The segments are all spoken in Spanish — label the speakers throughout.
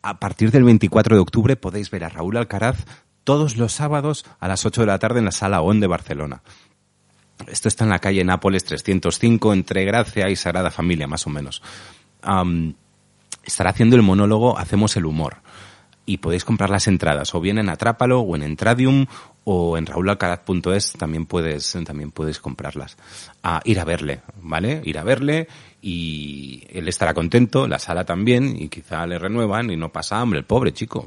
Speaker 1: A partir del 24 de octubre podéis ver a Raúl Alcaraz todos los sábados a las 8 de la tarde en la Sala ON de Barcelona. Esto está en la calle Nápoles 305, entre Gracia y Sagrada Familia, más o menos. Am, estará haciendo el monólogo Hacemos el Humor. Y podéis comprar las entradas o bien en Atrápalo o en Entradium o en raulalcaraz.es también puedes, también puedes comprarlas. Ah, ir a verle, ¿vale? Ir a verle y él estará contento, la sala también y quizá le renuevan y no pasa hambre, el pobre chico,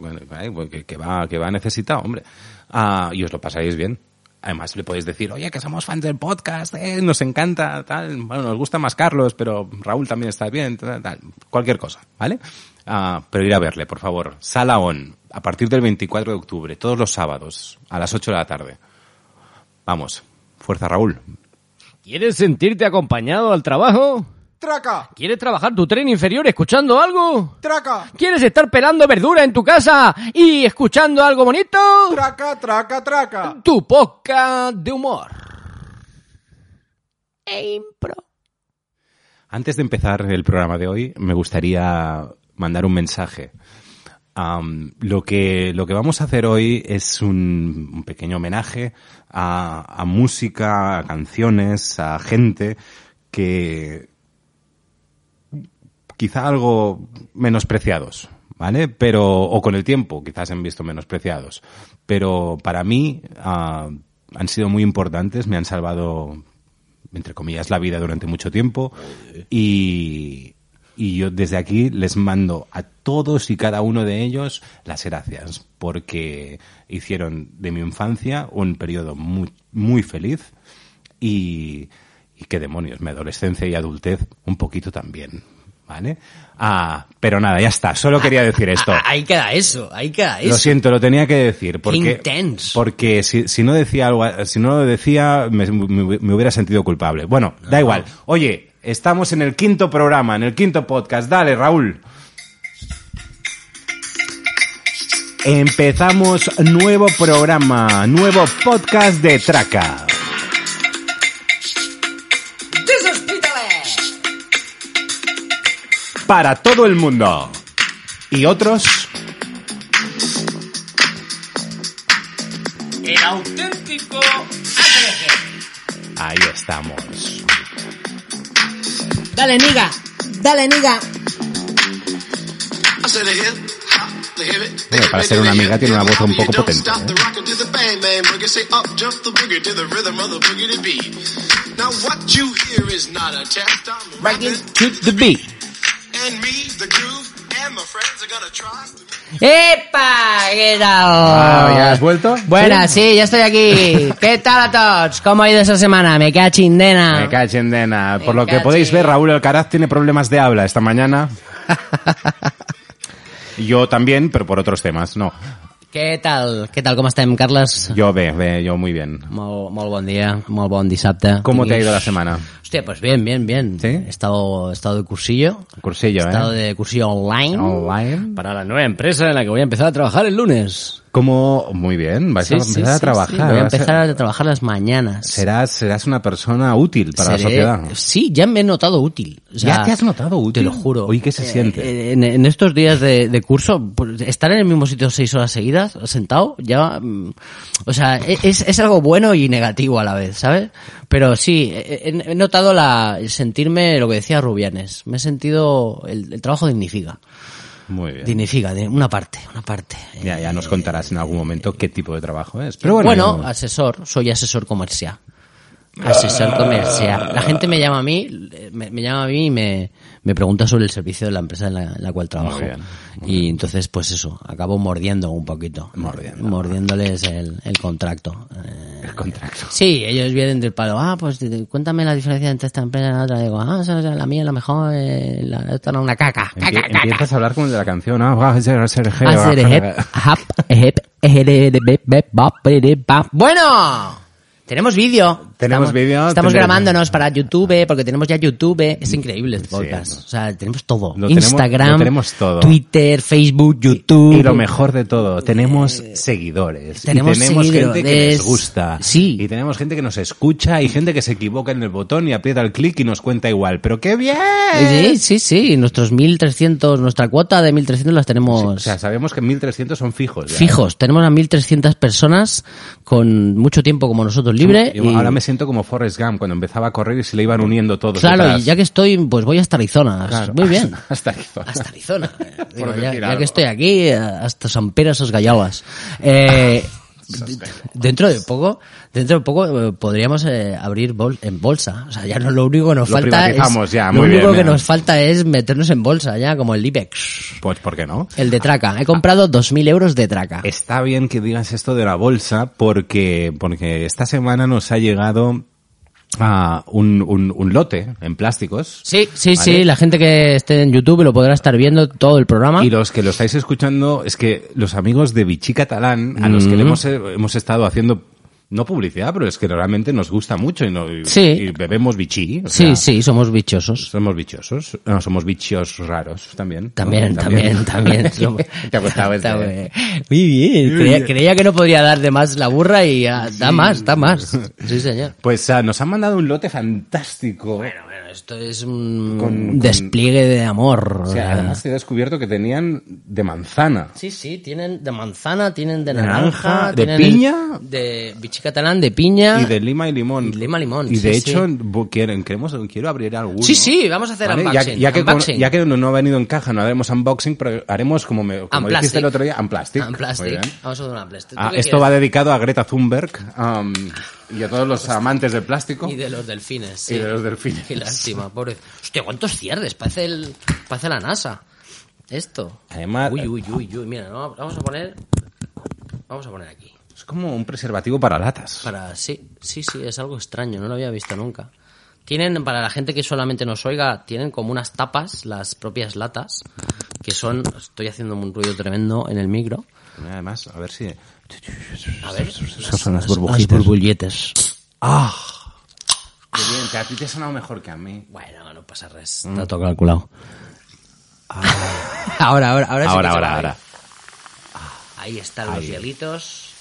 Speaker 1: que, que va, que va necesitado, hombre. Ah, y os lo pasáis bien. Además, le podéis decir, oye, que somos fans del podcast, eh, nos encanta, tal. Bueno, nos gusta más Carlos, pero Raúl también está bien, tal, tal. Cualquier cosa, ¿vale? Ah, pero ir a verle, por favor. Sala ON, a partir del 24 de octubre, todos los sábados, a las 8 de la tarde. Vamos, fuerza Raúl.
Speaker 2: ¿Quieres sentirte acompañado al trabajo?
Speaker 3: Traca,
Speaker 2: ¿Quieres trabajar tu tren inferior escuchando algo?
Speaker 3: traca,
Speaker 2: ¿Quieres estar pelando verdura en tu casa y escuchando algo bonito?
Speaker 3: traca, traca, traca.
Speaker 2: Tu podcast de humor. E impro.
Speaker 1: Antes de empezar el programa de hoy, me gustaría mandar un mensaje. Am, lo, que, lo que vamos a hacer hoy es un, un pequeño homenaje a, a música, a canciones, a gente que quizá algo menospreciados, ¿vale? Pero, o con el tiempo quizás se han visto menospreciados. Pero para mí ah, han sido muy importantes, me han salvado entre comillas, la vida durante mucho tiempo. Y, y yo desde aquí les mando a todos y cada uno de ellos las gracias, porque hicieron de mi infancia un periodo muy, muy feliz y, y qué demonios, mi adolescencia y adultez un poquito también. ¿Vale? Ah, pero nada, ya está. Solo quería decir esto.
Speaker 4: Ah, Ahí queda eso, ahí queda
Speaker 1: Lo
Speaker 4: eso.
Speaker 1: siento, lo tenía que decir. Porque,
Speaker 4: intenso.
Speaker 1: Porque si, si no decía algo, si no lo decía, me, me- me hubiera sentido culpable. Bueno, da igual. Oye, estamos en el quinto programa, en el quinto podcast. Dale, Raúl. Empezamos nuevo programa, nuevo podcast de Traca. Para todo el mundo. Y otros
Speaker 4: El auténtico.
Speaker 1: Ahí estamos.
Speaker 5: Dale, niga. Dale, niga.
Speaker 1: Bueno, para ser una amiga tiene una voz un poco potente, ¿eh?
Speaker 2: To the beat.
Speaker 5: ¡Epa! ¿Qué tal?
Speaker 1: Ah, ¿ya has vuelto?
Speaker 5: Buenas, sí, ya estoy aquí. ¿Qué tal a todos? ¿Cómo ha ido esa semana? Me queda chindena.
Speaker 1: Me cachen, nena. Por lo que
Speaker 5: cachen.
Speaker 1: podéis ver, Raúl Alcaraz tiene problemas de habla esta mañana. Yo también, pero por otros temas, no.
Speaker 5: ¿Què tal? Què tal? Com estem, Carles?
Speaker 1: Yo ve, ve, yo muy bien.
Speaker 5: Molt, molt bon dia, molt bon dissabte.
Speaker 1: ¿Cómo te ha
Speaker 5: Tinguis-
Speaker 1: ido la semana?
Speaker 5: Hostia, pues bien, bien, bien.
Speaker 1: ¿Sí?
Speaker 5: He estado, he estado de cursillo.
Speaker 1: Cursillo,
Speaker 5: He estado
Speaker 1: ¿eh?
Speaker 5: de cursillo online.
Speaker 1: Online.
Speaker 2: Para la nueva empresa en la que voy a empezar a trabajar el lunes.
Speaker 1: ¿Cómo? Muy bien. Vais a
Speaker 5: Sí, sí,
Speaker 1: empezar a
Speaker 5: sí,
Speaker 1: trabajar.
Speaker 5: sí. Voy a
Speaker 1: Vas a-
Speaker 5: empezar a trabajar las mañanas.
Speaker 1: Serás, serás una persona útil para
Speaker 5: Seré-
Speaker 1: la sociedad.
Speaker 5: Sí, ya me he notado útil. O sea,
Speaker 1: ¿Ya te has notado útil?
Speaker 5: Te lo juro.
Speaker 1: Oye, ¿qué se
Speaker 5: Eh,
Speaker 1: siente?
Speaker 5: eh, En, en estos días de, de curso, pues, estar en el mismo sitio seis horas seguidas, sentado, ya... mm, O sea, e- es, es algo bueno y negativo a la vez, ¿sabes? Pero sí, he, he- he notado la, el sentirme, lo que decía Rubianes, me he sentido... El, el trabajo dignifica.
Speaker 1: Muy bien.
Speaker 5: Dignifica, de- una parte, una parte.
Speaker 1: Ya, ya nos contarás en algún momento qué tipo de trabajo es. Pero
Speaker 5: Pero bueno,
Speaker 1: yo-
Speaker 5: asesor, soy asesor comercial. asesor comercial. La gente me llama a mí, me, me llama a mí y me, me pregunta sobre el servicio de la empresa en la, en la cual trabajo.
Speaker 1: bien,
Speaker 5: y entonces, pues eso, acabo mordiendo un poquito.
Speaker 1: Mordiendo.
Speaker 5: Mordiéndoles el, el contrato. Eh,
Speaker 1: El contrato.
Speaker 5: Sí, ellos vienen del palo. Ah, pues eh, cuéntame la diferencia entre esta empresa y la otra. Digo, ah, esa- esa- la mía es la mejor, eh, la esta era una caca.
Speaker 1: Empie- empiezas a hablar con el de la canción. Ah, va, ser- ser- ser-
Speaker 5: Hacer ejep, hap, ejep, ejere, bep, bep, bap, ere, bap. Bueno, tenemos vídeo.
Speaker 1: Tenemos
Speaker 5: Estamos-
Speaker 1: vídeo, tendremos-
Speaker 5: Estamos grabándonos para YouTube, porque tenemos ya YouTube. Es increíble este
Speaker 1: Sí,
Speaker 5: podcast.
Speaker 1: no.
Speaker 5: O sea, tenemos todo.
Speaker 1: Lo tenemos-
Speaker 5: Instagram,
Speaker 1: lo tenemos todo.
Speaker 5: Twitter, Facebook, YouTube.
Speaker 1: Y lo mejor de todo, tenemos seguidores.
Speaker 5: Eh, tenemos
Speaker 1: y tenemos gente que
Speaker 5: seguidores.
Speaker 1: les gusta.
Speaker 5: Sí.
Speaker 1: Y tenemos gente que nos escucha y gente que se equivoca en el botón y aprieta el clic y nos cuenta igual. ¡Pero qué bien!
Speaker 5: Sí, sí, sí. Nuestros 1300, nuestra cuota de 1300 las tenemos.
Speaker 1: O sea, sabemos que 1300 son fijos. ya.
Speaker 5: Fijos, tenemos a 1.300 personas con mucho tiempo como nosotros libre.
Speaker 1: Yo
Speaker 5: ¿eh? y-
Speaker 1: Ahora me siento como Forrest Gump cuando empezaba a correr y se le iban uniendo todos.
Speaker 5: Claro,
Speaker 1: detrás.
Speaker 5: y ya que estoy, pues voy hasta Arizona.
Speaker 1: Claro.
Speaker 5: Muy bien.
Speaker 1: Hasta Arizona.
Speaker 5: Hasta Arizona. Eh, digo,
Speaker 1: Por
Speaker 5: ya,
Speaker 1: decir
Speaker 5: ya
Speaker 1: algo.
Speaker 5: que estoy aquí, eh, hasta San Pera sos gallabas. Eh, d- dentro de poco, dentro de poco eh, podríamos eh, abrir bol- en bolsa. O sea, ya no lo único que nos
Speaker 1: Lo
Speaker 5: falta
Speaker 1: privatizamos
Speaker 5: es
Speaker 1: ya,
Speaker 5: lo
Speaker 1: muy bien,
Speaker 5: único que
Speaker 1: mira.
Speaker 5: nos falta es meternos en bolsa ya, como el Ibex,
Speaker 1: Pues, ¿por qué no?
Speaker 5: el de Traca. He comprado 2.000 euros de Traca.
Speaker 1: Está bien que digas esto de la bolsa porque, porque esta semana nos ha llegado ah, un, un- un lote en plásticos.
Speaker 5: Sí, sí,
Speaker 1: ¿Vale?
Speaker 5: sí. La gente que esté en YouTube lo podrá estar viendo todo el programa.
Speaker 1: Y los que lo estáis escuchando es que los amigos de Vichy Catalán, a los que
Speaker 5: Mm.
Speaker 1: le hemos, eh, hemos estado haciendo, no publicidad, pero es que realmente nos gusta mucho y, no, y-
Speaker 5: Sí.
Speaker 1: y bebemos Vichy. o
Speaker 5: Sí,
Speaker 1: sea,
Speaker 5: sí, somos bichosos.
Speaker 1: Somos bichosos, no, somos bichos raros también. ¿no?
Speaker 5: También, también, también. somos-
Speaker 1: Te ha gustado este,
Speaker 5: Está
Speaker 1: ¿eh?
Speaker 5: bien. Muy bien. Creía, creía que no podría dar de más la burra y ah, da más, da más. Sí, señor.
Speaker 1: Pues ah, nos han mandado un lote fantástico.
Speaker 5: Bueno, esto es un
Speaker 1: Con-
Speaker 5: despliegue de amor.
Speaker 1: o sea, además he descubierto que tenían de manzana.
Speaker 5: Sí, sí, tienen de manzana, tienen de
Speaker 1: De
Speaker 5: naranja,
Speaker 1: naranja, de
Speaker 5: tienen
Speaker 1: piña.
Speaker 5: de bichi catalán, de piña.
Speaker 1: Y de lima y limón.
Speaker 5: Y lima y limón,
Speaker 1: Y
Speaker 5: sí,
Speaker 1: de
Speaker 5: sí.
Speaker 1: hecho, bo- quieren, queremos, quiero abrir alguno.
Speaker 5: Sí, sí, vamos a hacer
Speaker 1: Ya,
Speaker 5: unboxing,
Speaker 1: ya que, con-
Speaker 5: unboxing.
Speaker 1: ya que no, no ha venido en caja, no haremos unboxing, pero haremos como, me, como
Speaker 5: Unplastic.
Speaker 1: dijiste el otro día, unplastic.
Speaker 5: Unplastic.
Speaker 1: Muy bien.
Speaker 5: Ah, Vamos a hacer una plastic. ¿Tú
Speaker 1: Ah,
Speaker 5: qué
Speaker 1: esto va
Speaker 5: quieres?
Speaker 1: dedicado a Greta Thunberg um, y a todos los amantes del plástico.
Speaker 5: Y de los delfines.
Speaker 1: Y de los delfines.
Speaker 5: Qué lástima, pobre. Hostia, ¿cuántos cierres? Parece, el, parece la NASA. Esto.
Speaker 1: Además-
Speaker 5: Uy, uy, uy, uy. Mira, no, vamos a poner. Vamos a poner aquí.
Speaker 1: Es como un preservativo para latas.
Speaker 5: Para. Sí, sí, sí, es algo extraño. No lo había visto nunca. Tienen, para la gente que solamente nos oiga, tienen como unas tapas, las propias latas, que son. Estoy haciendo un ruido tremendo en el micro.
Speaker 1: Además, a ver si...
Speaker 5: A ver.
Speaker 1: Esas son las
Speaker 5: Las
Speaker 1: burbujitas.
Speaker 5: burbulletes.
Speaker 1: Qué bien, que a ti te ha sonado mejor que a mí.
Speaker 5: Bueno, no pasa res.
Speaker 1: Mm.
Speaker 5: Está todo calculado. ahora, ahora, ahora.
Speaker 1: Ah. Ahora,
Speaker 5: sí que se
Speaker 1: ahora,
Speaker 5: va a
Speaker 1: ahora.
Speaker 5: ver. Ahí están los hielitos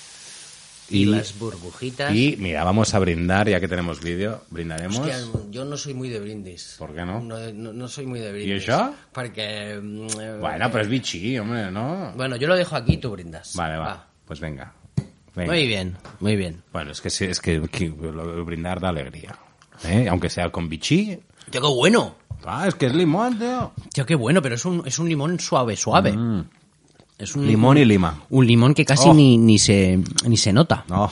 Speaker 5: y,
Speaker 1: Y,
Speaker 5: las burbujitas.
Speaker 1: y, mira, vamos a brindar, ya que tenemos vídeo, brindaremos.
Speaker 5: Hostia, yo no soy muy de brindis.
Speaker 1: ¿Por qué no?
Speaker 5: No, no- no soy muy de brindis.
Speaker 1: eso?
Speaker 5: Porque... mm,
Speaker 1: Bueno, pero es bichi, hombre, ¿no?
Speaker 5: Bueno, yo lo dejo aquí y tú brindas.
Speaker 1: Vale, va.
Speaker 5: Va.
Speaker 1: Pues venga. Venga.
Speaker 5: Muy bien, muy bien.
Speaker 1: Bueno, es que sí, es que, que lo de brindar da alegría. ¿eh? Aunque sea con bichí.
Speaker 5: Tío, qué bueno.
Speaker 1: Ah, es que es limón, tío.
Speaker 5: Tío, qué bueno, pero es un, es un limón suave, suave. Es un
Speaker 1: Mm. Limón y lima.
Speaker 5: Un limón que casi
Speaker 1: Oh.
Speaker 5: ni, ni, se, ni se nota.
Speaker 1: No,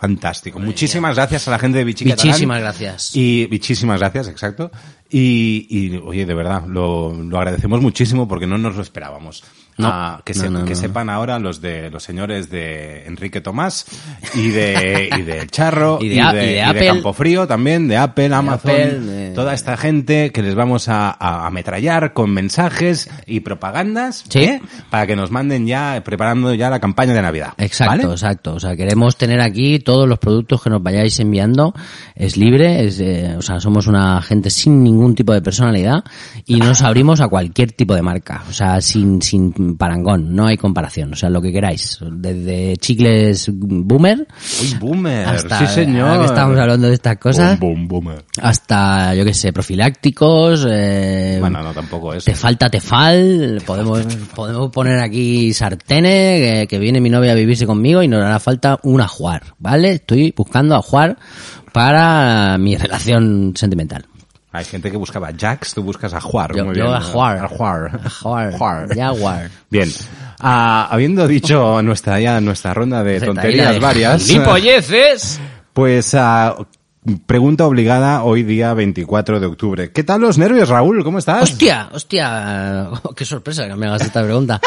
Speaker 1: fantástico. Muchísimas gracias a la gente de Bichí Catalán.
Speaker 5: Muchísimas gracias.
Speaker 1: Y muchísimas gracias, exacto. Y, y, oye, de verdad, lo, lo agradecemos muchísimo porque no nos lo esperábamos.
Speaker 5: No,
Speaker 1: Ah, que,
Speaker 5: no,
Speaker 1: se-
Speaker 5: no,
Speaker 1: que
Speaker 5: no.
Speaker 1: sepan ahora los de los señores de Enrique Tomás y de, y de Charro
Speaker 5: Y de A- y de Apple.
Speaker 1: Campofrío también, de Apple, Amazon,
Speaker 5: Apple, de-
Speaker 1: toda esta gente que les vamos a, a ametrallar con mensajes y propagandas
Speaker 5: Sí.
Speaker 1: ¿eh? para que nos manden ya, preparando ya la campaña de Navidad.
Speaker 5: Exacto,
Speaker 1: ¿vale?
Speaker 5: exacto. O sea, queremos tener aquí todos los productos que nos vayáis enviando. Es libre, es, eh, o sea, somos una gente sin ningún tipo de personalidad y nos abrimos a cualquier tipo de marca. O sea, sin, sin parangón, no hay comparación. O sea, lo que queráis. Desde chicles boomer
Speaker 1: Uy, boomer,
Speaker 5: hasta...
Speaker 1: sí señor.
Speaker 5: ahora que estamos hablando de estas cosas.
Speaker 1: Boom, boom, boomer.
Speaker 5: Hasta, yo qué sé, profilácticos. Eh,
Speaker 1: Bueno, no, tampoco eso.
Speaker 5: Te falta tefal, podemos, podemos poner aquí sartenes, que, que viene mi novia a vivirse conmigo y nos hará falta un ajuar, ¿vale? Estoy buscando ajuar para mi relación sentimental.
Speaker 1: Hay gente que buscaba Jax, tú buscas a Juar.
Speaker 5: Yo,
Speaker 1: Muy
Speaker 5: yo
Speaker 1: bien.
Speaker 5: ajuar.
Speaker 1: Ajuar.
Speaker 5: Ajuar.
Speaker 1: Ajuar.
Speaker 5: Jaguar.
Speaker 1: Bien. Ah, habiendo dicho nuestra, ya, nuestra ronda de tonterías varias,
Speaker 2: Gilipolleces.
Speaker 1: pues ah, pregunta obligada hoy día 24 de octubre. ¿Qué tal los nervios, Raúl? ¿Cómo estás?
Speaker 5: Hostia, hostia, qué sorpresa que me hagas esta pregunta.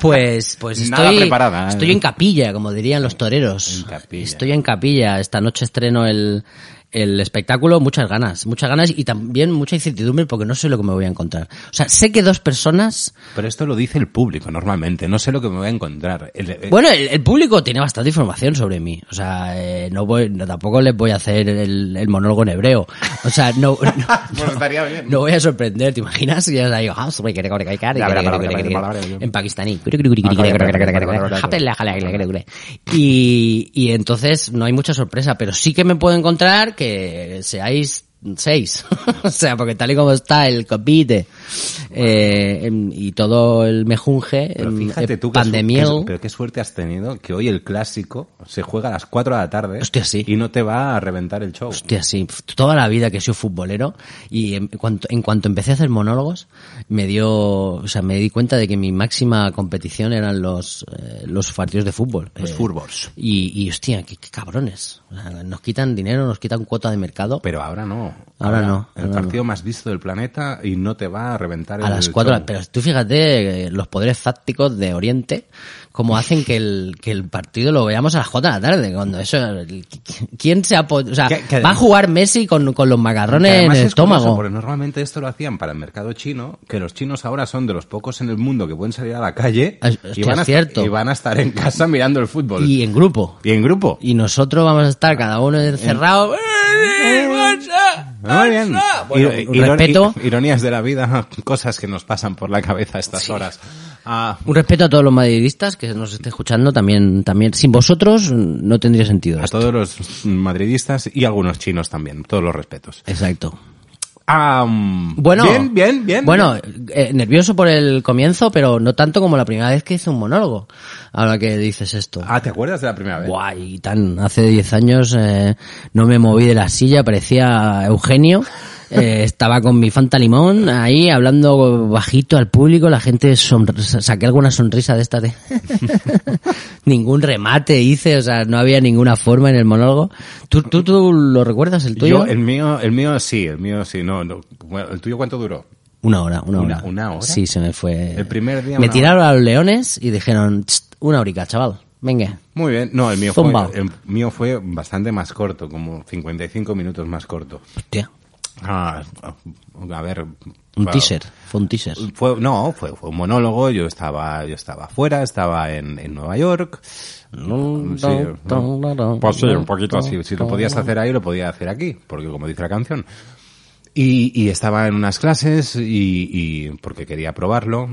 Speaker 5: Pues, pues
Speaker 1: Nada
Speaker 5: estoy,
Speaker 1: preparada, ¿eh?
Speaker 5: estoy en capilla, como dirían los toreros.
Speaker 1: En capilla.
Speaker 5: Estoy en capilla. Esta noche estreno el, el espectáculo, muchas ganas, muchas ganas y también mucha incertidumbre porque no sé lo que me voy a encontrar. O sea, sé que dos personas,
Speaker 1: Pero esto lo dice el público normalmente. No sé lo que me voy a encontrar. El- eh,
Speaker 5: bueno, el, el público tiene bastante información sobre mí. O sea, eh, no voy, no, tampoco les voy a hacer el, el monólogo en hebreo. O sea, no, no-
Speaker 1: Pues estaría bien.
Speaker 5: no voy a sorprender, ¿te imaginas? Y ahora digo, "Ah, sobre, quiere, quiere, quiere, quiere, quiere, quiere, quiere, quiere", en pakistaní. Y, y entonces no hay mucha sorpresa, pero sí que me puedo encontrar que seáis seis. o sea, porque tal y como está el COVID eh, em, y todo el mejunje, em, eh,
Speaker 1: Pero fíjate tú qué, su-
Speaker 5: pandemia.
Speaker 1: qué- pero qué suerte has tenido que hoy el clásico se juega a las 4 de la tarde
Speaker 5: Hostia, sí.
Speaker 1: y no te va a reventar el show.
Speaker 5: Hostia, sí, pf, toda la vida que he sido futbolero y en cuanto, en cuanto empecé a hacer monólogos me dio, o sea, me di cuenta de que mi máxima competición eran los, eh, los partidos de fútbol.
Speaker 1: Los
Speaker 5: Eh,
Speaker 1: fútbols.
Speaker 5: Y, y hostia, qué, qué cabrones. O sea, Nos quitan dinero, nos quitan cuota de mercado.
Speaker 1: Pero ahora no.
Speaker 5: Ahora no,
Speaker 1: El
Speaker 5: ahora
Speaker 1: partido más visto del planeta y no te va a reventar
Speaker 5: a
Speaker 1: el
Speaker 5: las 4
Speaker 1: show.
Speaker 5: pero tú fíjate eh, los poderes fácticos de Oriente como hacen que el que el partido lo veamos a las 4 de la tarde cuando eso el- quién se ha po- o sea
Speaker 1: Que- que
Speaker 5: va a jugar Messi con, con los macarrones
Speaker 1: Que
Speaker 5: en
Speaker 1: además
Speaker 5: el
Speaker 1: es curioso,
Speaker 5: estómago
Speaker 1: porque normalmente esto lo hacían para el mercado chino, que los chinos ahora son de los pocos en el mundo que pueden salir a la calle
Speaker 5: Ah,
Speaker 1: y,
Speaker 5: hostia,
Speaker 1: van a,
Speaker 5: cierto.
Speaker 1: y van a estar en casa mirando el fútbol.
Speaker 5: y en grupo
Speaker 1: Y en grupo.
Speaker 5: y nosotros vamos a estar cada uno encerrado ¡Eh, Barça!
Speaker 1: Muy bien.
Speaker 5: ¡Barça! Bueno,
Speaker 1: Ir-
Speaker 5: un
Speaker 1: iro-
Speaker 5: respeto
Speaker 1: i- Ironías de la vida, cosas que nos pasan por la cabeza a estas horas. Ah,
Speaker 5: un respeto a todos los madridistas que nos estén escuchando también también sin vosotros no tendría sentido
Speaker 1: a
Speaker 5: esto.
Speaker 1: todos los madridistas y algunos chinos también, todos los respetos.
Speaker 5: exacto
Speaker 1: Ah, mm,
Speaker 5: Bueno,
Speaker 1: bien, bien, bien.
Speaker 5: Bueno, eh, nervioso por el comienzo, pero no tanto como la primera vez que hice un monólogo. Ahora que dices esto.
Speaker 1: Ah, ¿te acuerdas de la primera vez?
Speaker 5: Guay, tan. Hace 10 años eh, no me moví de la silla, parecía Eugenio. Eh, estaba con mi Fanta Limón ahí hablando bajito al público, la gente sonr- saqué alguna sonrisa de esta de ningún remate hice, o sea, no había ninguna forma en el monólogo. ¿Tú, tú, tú lo recuerdas el tuyo?
Speaker 1: Yo, el mío, el mío sí, el mío sí, no, no. Bueno, ¿El tuyo cuánto duró?
Speaker 5: Una hora, una,
Speaker 1: Una-
Speaker 5: hora.
Speaker 1: una hora.
Speaker 5: Sí, se me fue.
Speaker 1: El primer día,
Speaker 5: Me
Speaker 1: una
Speaker 5: tiraron a los leones y dijeron, "Tst, una horica, chaval. Venga.
Speaker 1: Muy bien, no, el mío, fue,
Speaker 5: Zumbao.
Speaker 1: el mío fue bastante más corto, como 55 minutos más corto.
Speaker 5: Hostia.
Speaker 1: Ah, a ver.
Speaker 5: Un
Speaker 1: claro.
Speaker 5: teaser. Fue un teaser.
Speaker 1: Pues Fue, no, fue, fue un monólogo, yo estaba, yo estaba afuera, estaba en, en Nueva York. Sí, ¿no? Pues sí, un poquito así. Si lo podías hacer ahí, lo podía hacer aquí, porque como dice la canción. Y, y estaba en unas clases y, y porque quería probarlo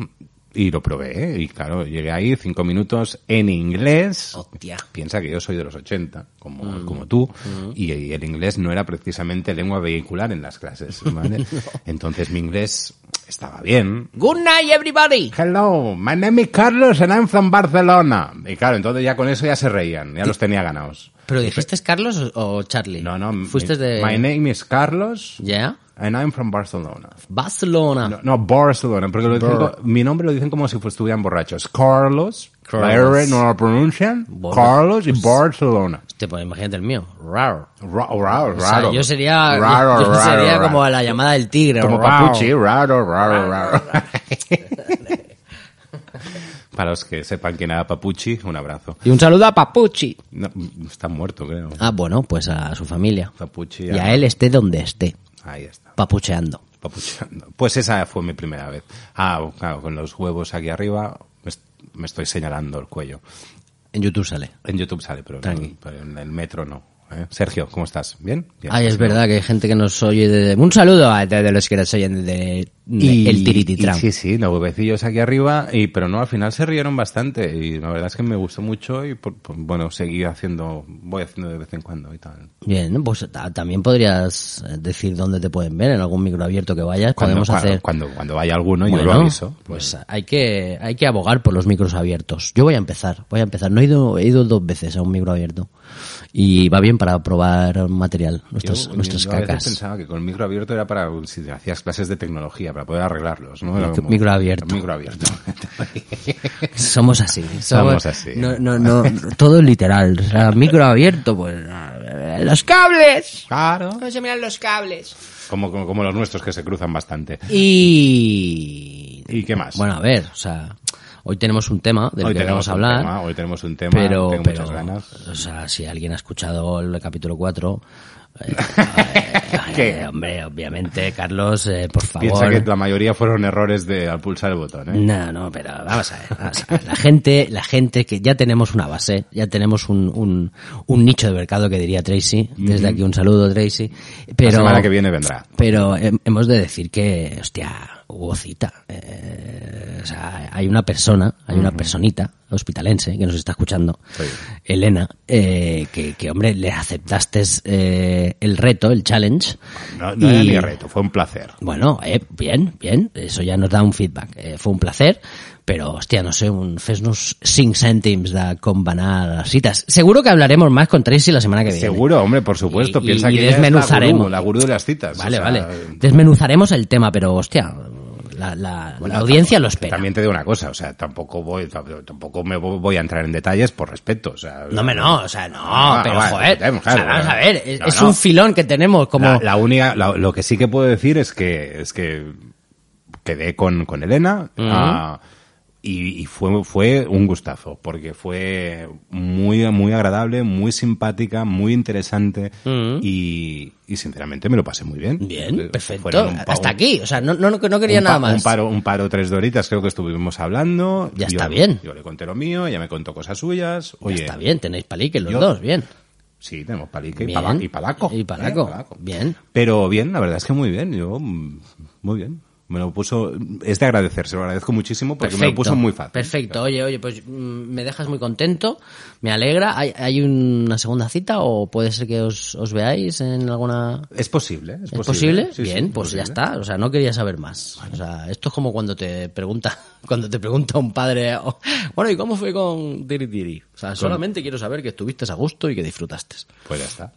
Speaker 1: y lo probé. ¿eh? Y claro, llegué ahí cinco minutos en inglés.
Speaker 5: Hostia.
Speaker 1: Piensa que yo soy de los 80, como, como tú, y, y el inglés no era precisamente lengua vehicular en las clases. ¿vale? Entonces mi inglés estaba bien,
Speaker 5: Good night, everybody.
Speaker 1: Hello, my name is Carlos and I'm from Barcelona. Y claro, entonces ya con eso ya se reían, ya los tenía ganados.
Speaker 5: ¿Pero dijiste Carlos o o Charlie?
Speaker 1: No, no,
Speaker 5: Fuiste
Speaker 1: mi-
Speaker 5: de...
Speaker 1: My name is Carlos
Speaker 5: Yeah.
Speaker 1: and I'm from Barcelona.
Speaker 5: Barcelona.
Speaker 1: No, no, Barcelona, porque lo dicen
Speaker 5: Bor-
Speaker 1: co- mi nombre lo dicen como si fu- estuvieran borrachos. Carlos,
Speaker 5: Carlos. pues-
Speaker 1: la R no la pronuncian,
Speaker 5: Bor-
Speaker 1: Carlos y Barcelona.
Speaker 5: Hostia, pues imagínate el mío. Raro.
Speaker 1: Raro, raro,
Speaker 5: O sea,
Speaker 1: raro.
Speaker 5: yo sería,
Speaker 1: Raro,
Speaker 5: yo
Speaker 1: raro,
Speaker 5: sería
Speaker 1: raro.
Speaker 5: como la llamada del tigre.
Speaker 1: Como
Speaker 5: Raro.
Speaker 1: Papuchi, raro, raro, raro. Para los que sepan quién era Papuchi, un abrazo.
Speaker 5: Y un saludo a Papuchi.
Speaker 1: No, está muerto, creo.
Speaker 5: Ah, bueno, pues a su familia.
Speaker 1: Papuchi. ah,
Speaker 5: Y a él esté donde esté.
Speaker 1: Ahí está.
Speaker 5: Papucheando.
Speaker 1: Papucheando. Pues esa fue mi primera vez. Ah, claro, con los huevos aquí arriba me est- me estoy señalando el cuello.
Speaker 5: En YouTube sale.
Speaker 1: En YouTube sale, pero,
Speaker 5: Tranqui.
Speaker 1: pero en el metro no. ¿eh? Sergio, ¿cómo estás? ¿Bien? Bien.
Speaker 5: Ay, es verdad que hay gente que nos oye de... Un saludo a de, de los que nos oyen de, de-
Speaker 1: Y-
Speaker 5: el tirititram.
Speaker 1: y Sí, sí, los huevecillos aquí arriba, y, pero no, al final se rieron bastante y la verdad es que me gustó mucho y por- por- bueno, seguí haciendo, voy haciendo de vez en cuando y tal.
Speaker 5: Bien, pues ta- también podrías eh, decir dónde te pueden ver, en algún micro abierto que vayas. Podemos
Speaker 1: cuando,
Speaker 5: hacer...
Speaker 1: Cuando, cuando vaya alguno, yo lo
Speaker 5: Bueno,
Speaker 1: aviso.
Speaker 5: Pues hay que, hay que abogar por los micros abiertos. Yo voy a empezar, voy a empezar. No he ido, he ido dos veces a un micro abierto. Y va bien para probar material, nuestras,
Speaker 1: Yo,
Speaker 5: nuestras
Speaker 1: yo a veces
Speaker 5: cacas.
Speaker 1: pensaba que con el micro abierto era para si hacías clases de tecnología, para poder arreglarlos, ¿no? Era
Speaker 5: Micro- micro abierto.
Speaker 1: Micro abierto.
Speaker 5: Somos así. Somos,
Speaker 1: Somos así.
Speaker 5: No, no, no, todo es literal. O sea, micro abierto, pues eh, los cables.
Speaker 1: Claro.
Speaker 5: No se miran los cables.
Speaker 1: Como, como, como los nuestros que se cruzan bastante.
Speaker 5: Y...
Speaker 1: ¿Y qué más?
Speaker 5: Bueno, a ver, o sea, hoy tenemos un tema del
Speaker 1: hoy
Speaker 5: que
Speaker 1: tenemos
Speaker 5: vamos a hablar.
Speaker 1: Un tema, hoy tenemos un tema,
Speaker 5: pero,
Speaker 1: tengo
Speaker 5: pero
Speaker 1: muchas ganas.
Speaker 5: o sea, si alguien ha escuchado el capítulo 4, eh,
Speaker 1: ¿Qué?
Speaker 5: eh, hombre, obviamente, Carlos, eh, por
Speaker 1: Piensa
Speaker 5: favor.
Speaker 1: que la mayoría fueron errores de al pulsar el botón, ¿eh?
Speaker 5: No, no, pero vamos a ver, vamos a ver. La gente, la gente que ya tenemos una base, ya tenemos un, un, un nicho de mercado que diría Tracy. Desde aquí un saludo, Tracy. Pero,
Speaker 1: la semana que viene vendrá.
Speaker 5: pero hem- hemos de decir que, hostia, hubo cita. Eh, o sea, hay una persona, hay una personita hospitalense que nos está escuchando,
Speaker 1: Sí.
Speaker 5: Elena, eh, que, que, hombre, le aceptaste eh, el reto, el challenge.
Speaker 1: No, no era
Speaker 5: y-
Speaker 1: ni reto, fue un placer.
Speaker 5: bueno, eh, bien, bien, eso ya nos da un feedback. Eh, fue un placer, pero hostia, no sé, un fes-nos 5 cèntims de com van anar les cites. Seguro que hablaremos más con Tracy la semana que viene.
Speaker 1: Seguro, hombre, por supuesto.
Speaker 5: Y- y-
Speaker 1: Piensa
Speaker 5: y
Speaker 1: que ella es la
Speaker 5: desmenuzaremos.
Speaker 1: gurú, la gurú de las citas.
Speaker 5: Vale,
Speaker 1: Pues, o sea,
Speaker 5: vale. Desmenuzaremos el tema, pero hostia, la, la- la audiencia lo espera.
Speaker 1: También te digo una cosa, o sea, tampoco voy, tampoco me vo- voy a entrar en detalles por respeto, o sea.
Speaker 5: No, me no, o sea, no,
Speaker 1: Ah,
Speaker 5: pero
Speaker 1: vale,
Speaker 5: joder,
Speaker 1: claro,
Speaker 5: o sea,
Speaker 1: claro.
Speaker 5: vamos a ver, es,
Speaker 1: No,
Speaker 5: es
Speaker 1: no.
Speaker 5: un filón que tenemos como...
Speaker 1: La, la única, la- lo que sí que puedo decir es que, es que quedé con, con Elena ah, y, y fue, fue un gustazo, porque fue muy, muy agradable, muy simpática, muy interesante y, y sinceramente me lo pasé muy bien. Eh,
Speaker 5: Bien,
Speaker 1: Fueron
Speaker 5: perfecto,
Speaker 1: un pa-
Speaker 5: hasta aquí, o sea, no, no, no quería
Speaker 1: un
Speaker 5: nada
Speaker 1: pa-
Speaker 5: más.
Speaker 1: Un paro, un paro tres doritas, creo que estuvimos hablando.
Speaker 5: Ya
Speaker 1: Yo-
Speaker 5: está bien.
Speaker 1: Yo le conté lo mío, ella me contó cosas suyas.
Speaker 5: Ya
Speaker 1: Oye,
Speaker 5: está bien, tenéis palique los
Speaker 1: yo-
Speaker 5: dos, bien.
Speaker 1: Sí, tenemos palique y,
Speaker 5: Bien.
Speaker 1: pala- y palaco.
Speaker 5: Y palaco,
Speaker 1: Eh, palaco.
Speaker 5: bien.
Speaker 1: Pero bien, la verdad es que muy bien. Yo, mm, muy bien. Me lo puso, es de agradecer, se lo agradezco muchísimo porque me lo puso muy fácil.
Speaker 5: Perfecto, oye, oye, pues mm, me dejas muy contento, me alegra. ¿Hay, hay una segunda cita o puede ser que os, os veáis en alguna...
Speaker 1: Es posible, es,
Speaker 5: ¿Es posible?
Speaker 1: Sí, sí,
Speaker 5: Bien,
Speaker 1: es
Speaker 5: pues
Speaker 1: posible.
Speaker 5: ya está. O sea, no quería saber más. O sea, esto es como cuando te pregunta, cuando te pregunta un padre, o- bueno, ¿y cómo fue con Tiri Tiri? O sea, solamente quiero saber que estuviste a gusto y que disfrutaste.
Speaker 1: Pues ya está.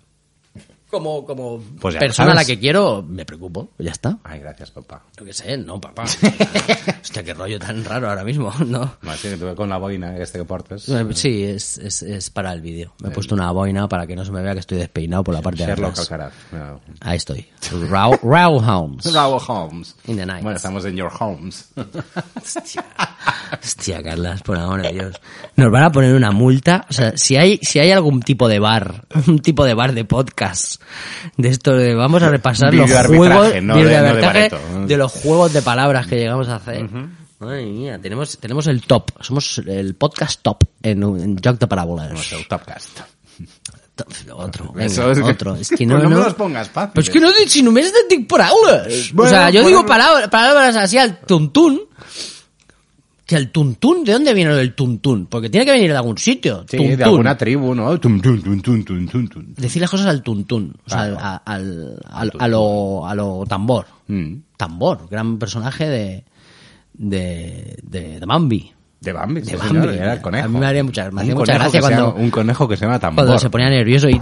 Speaker 5: Como, como
Speaker 1: Pues ya
Speaker 5: persona a la
Speaker 1: sabes.
Speaker 5: que quiero, me preocupo, ya está.
Speaker 1: Ay, gracias, papá.
Speaker 5: Yo qué sé, no, papá. O sea, Hostia, qué rollo tan raro ahora mismo, ¿no?
Speaker 1: Más bien, tú con la boina este que portas.
Speaker 5: Eh, Sí, es, es, es para el vídeo. Me he puesto una boina para que no se me vea que estoy despeinado por la parte de
Speaker 1: Sherlock
Speaker 5: atrás.
Speaker 1: Alcaraz. No.
Speaker 5: Ahí estoy. Raw, Raw Holmes.
Speaker 1: Raoul Holmes.
Speaker 5: In the night.
Speaker 1: Bueno, estamos en Your Homes.
Speaker 5: Hostia. Hostia, Carlas, por amor de Dios. Nos van a poner una multa. O sea, si hay, si hay algún tipo de bar, un tipo de bar de podcast, de esto de vamos a repasar los
Speaker 1: Videoarbitraje,
Speaker 5: juegos
Speaker 1: no de- no de
Speaker 5: videoarbitraje
Speaker 1: bareto.
Speaker 5: de los juegos de palabras que llegamos a hacer. Madre mía, tenemos, tenemos el top. Somos el podcast top en, un- en Joc de Parábolas.
Speaker 1: Nuestro Topcast.
Speaker 5: Top- Otro, venga,
Speaker 1: Eso es que-
Speaker 5: otro. Es que
Speaker 1: Pues
Speaker 5: no,
Speaker 1: no me los pongas fáciles.
Speaker 5: Pues es que no, di- si no me has de decir palabras.
Speaker 1: Bueno,
Speaker 5: o sea, yo
Speaker 1: bueno.
Speaker 5: digo palabras, palabras así al tuntún. Que el tuntún, ¿de dónde viene lo del tuntún? Porque tiene que venir de algún sitio.
Speaker 1: Sí,
Speaker 5: tuntún.
Speaker 1: de alguna tribu, ¿no? Tum, tum, tum, tum, tum, tum, tum.
Speaker 5: Decir las cosas al tuntún. O sea, a, al, al- a lo, a lo tambor.
Speaker 1: Mm.
Speaker 5: Tambor, gran personaje de, de, de, de Bambi.
Speaker 1: De Bambi, sí,
Speaker 5: De
Speaker 1: señor,
Speaker 5: Bambi.
Speaker 1: era el conejo.
Speaker 5: A mí me haría mucha- me
Speaker 1: Un
Speaker 5: hacía mucha
Speaker 1: conejo
Speaker 5: gracia
Speaker 1: que se
Speaker 5: cuando-
Speaker 1: llama- un conejo que se llama tambor.
Speaker 5: Cuando se ponía nervioso y,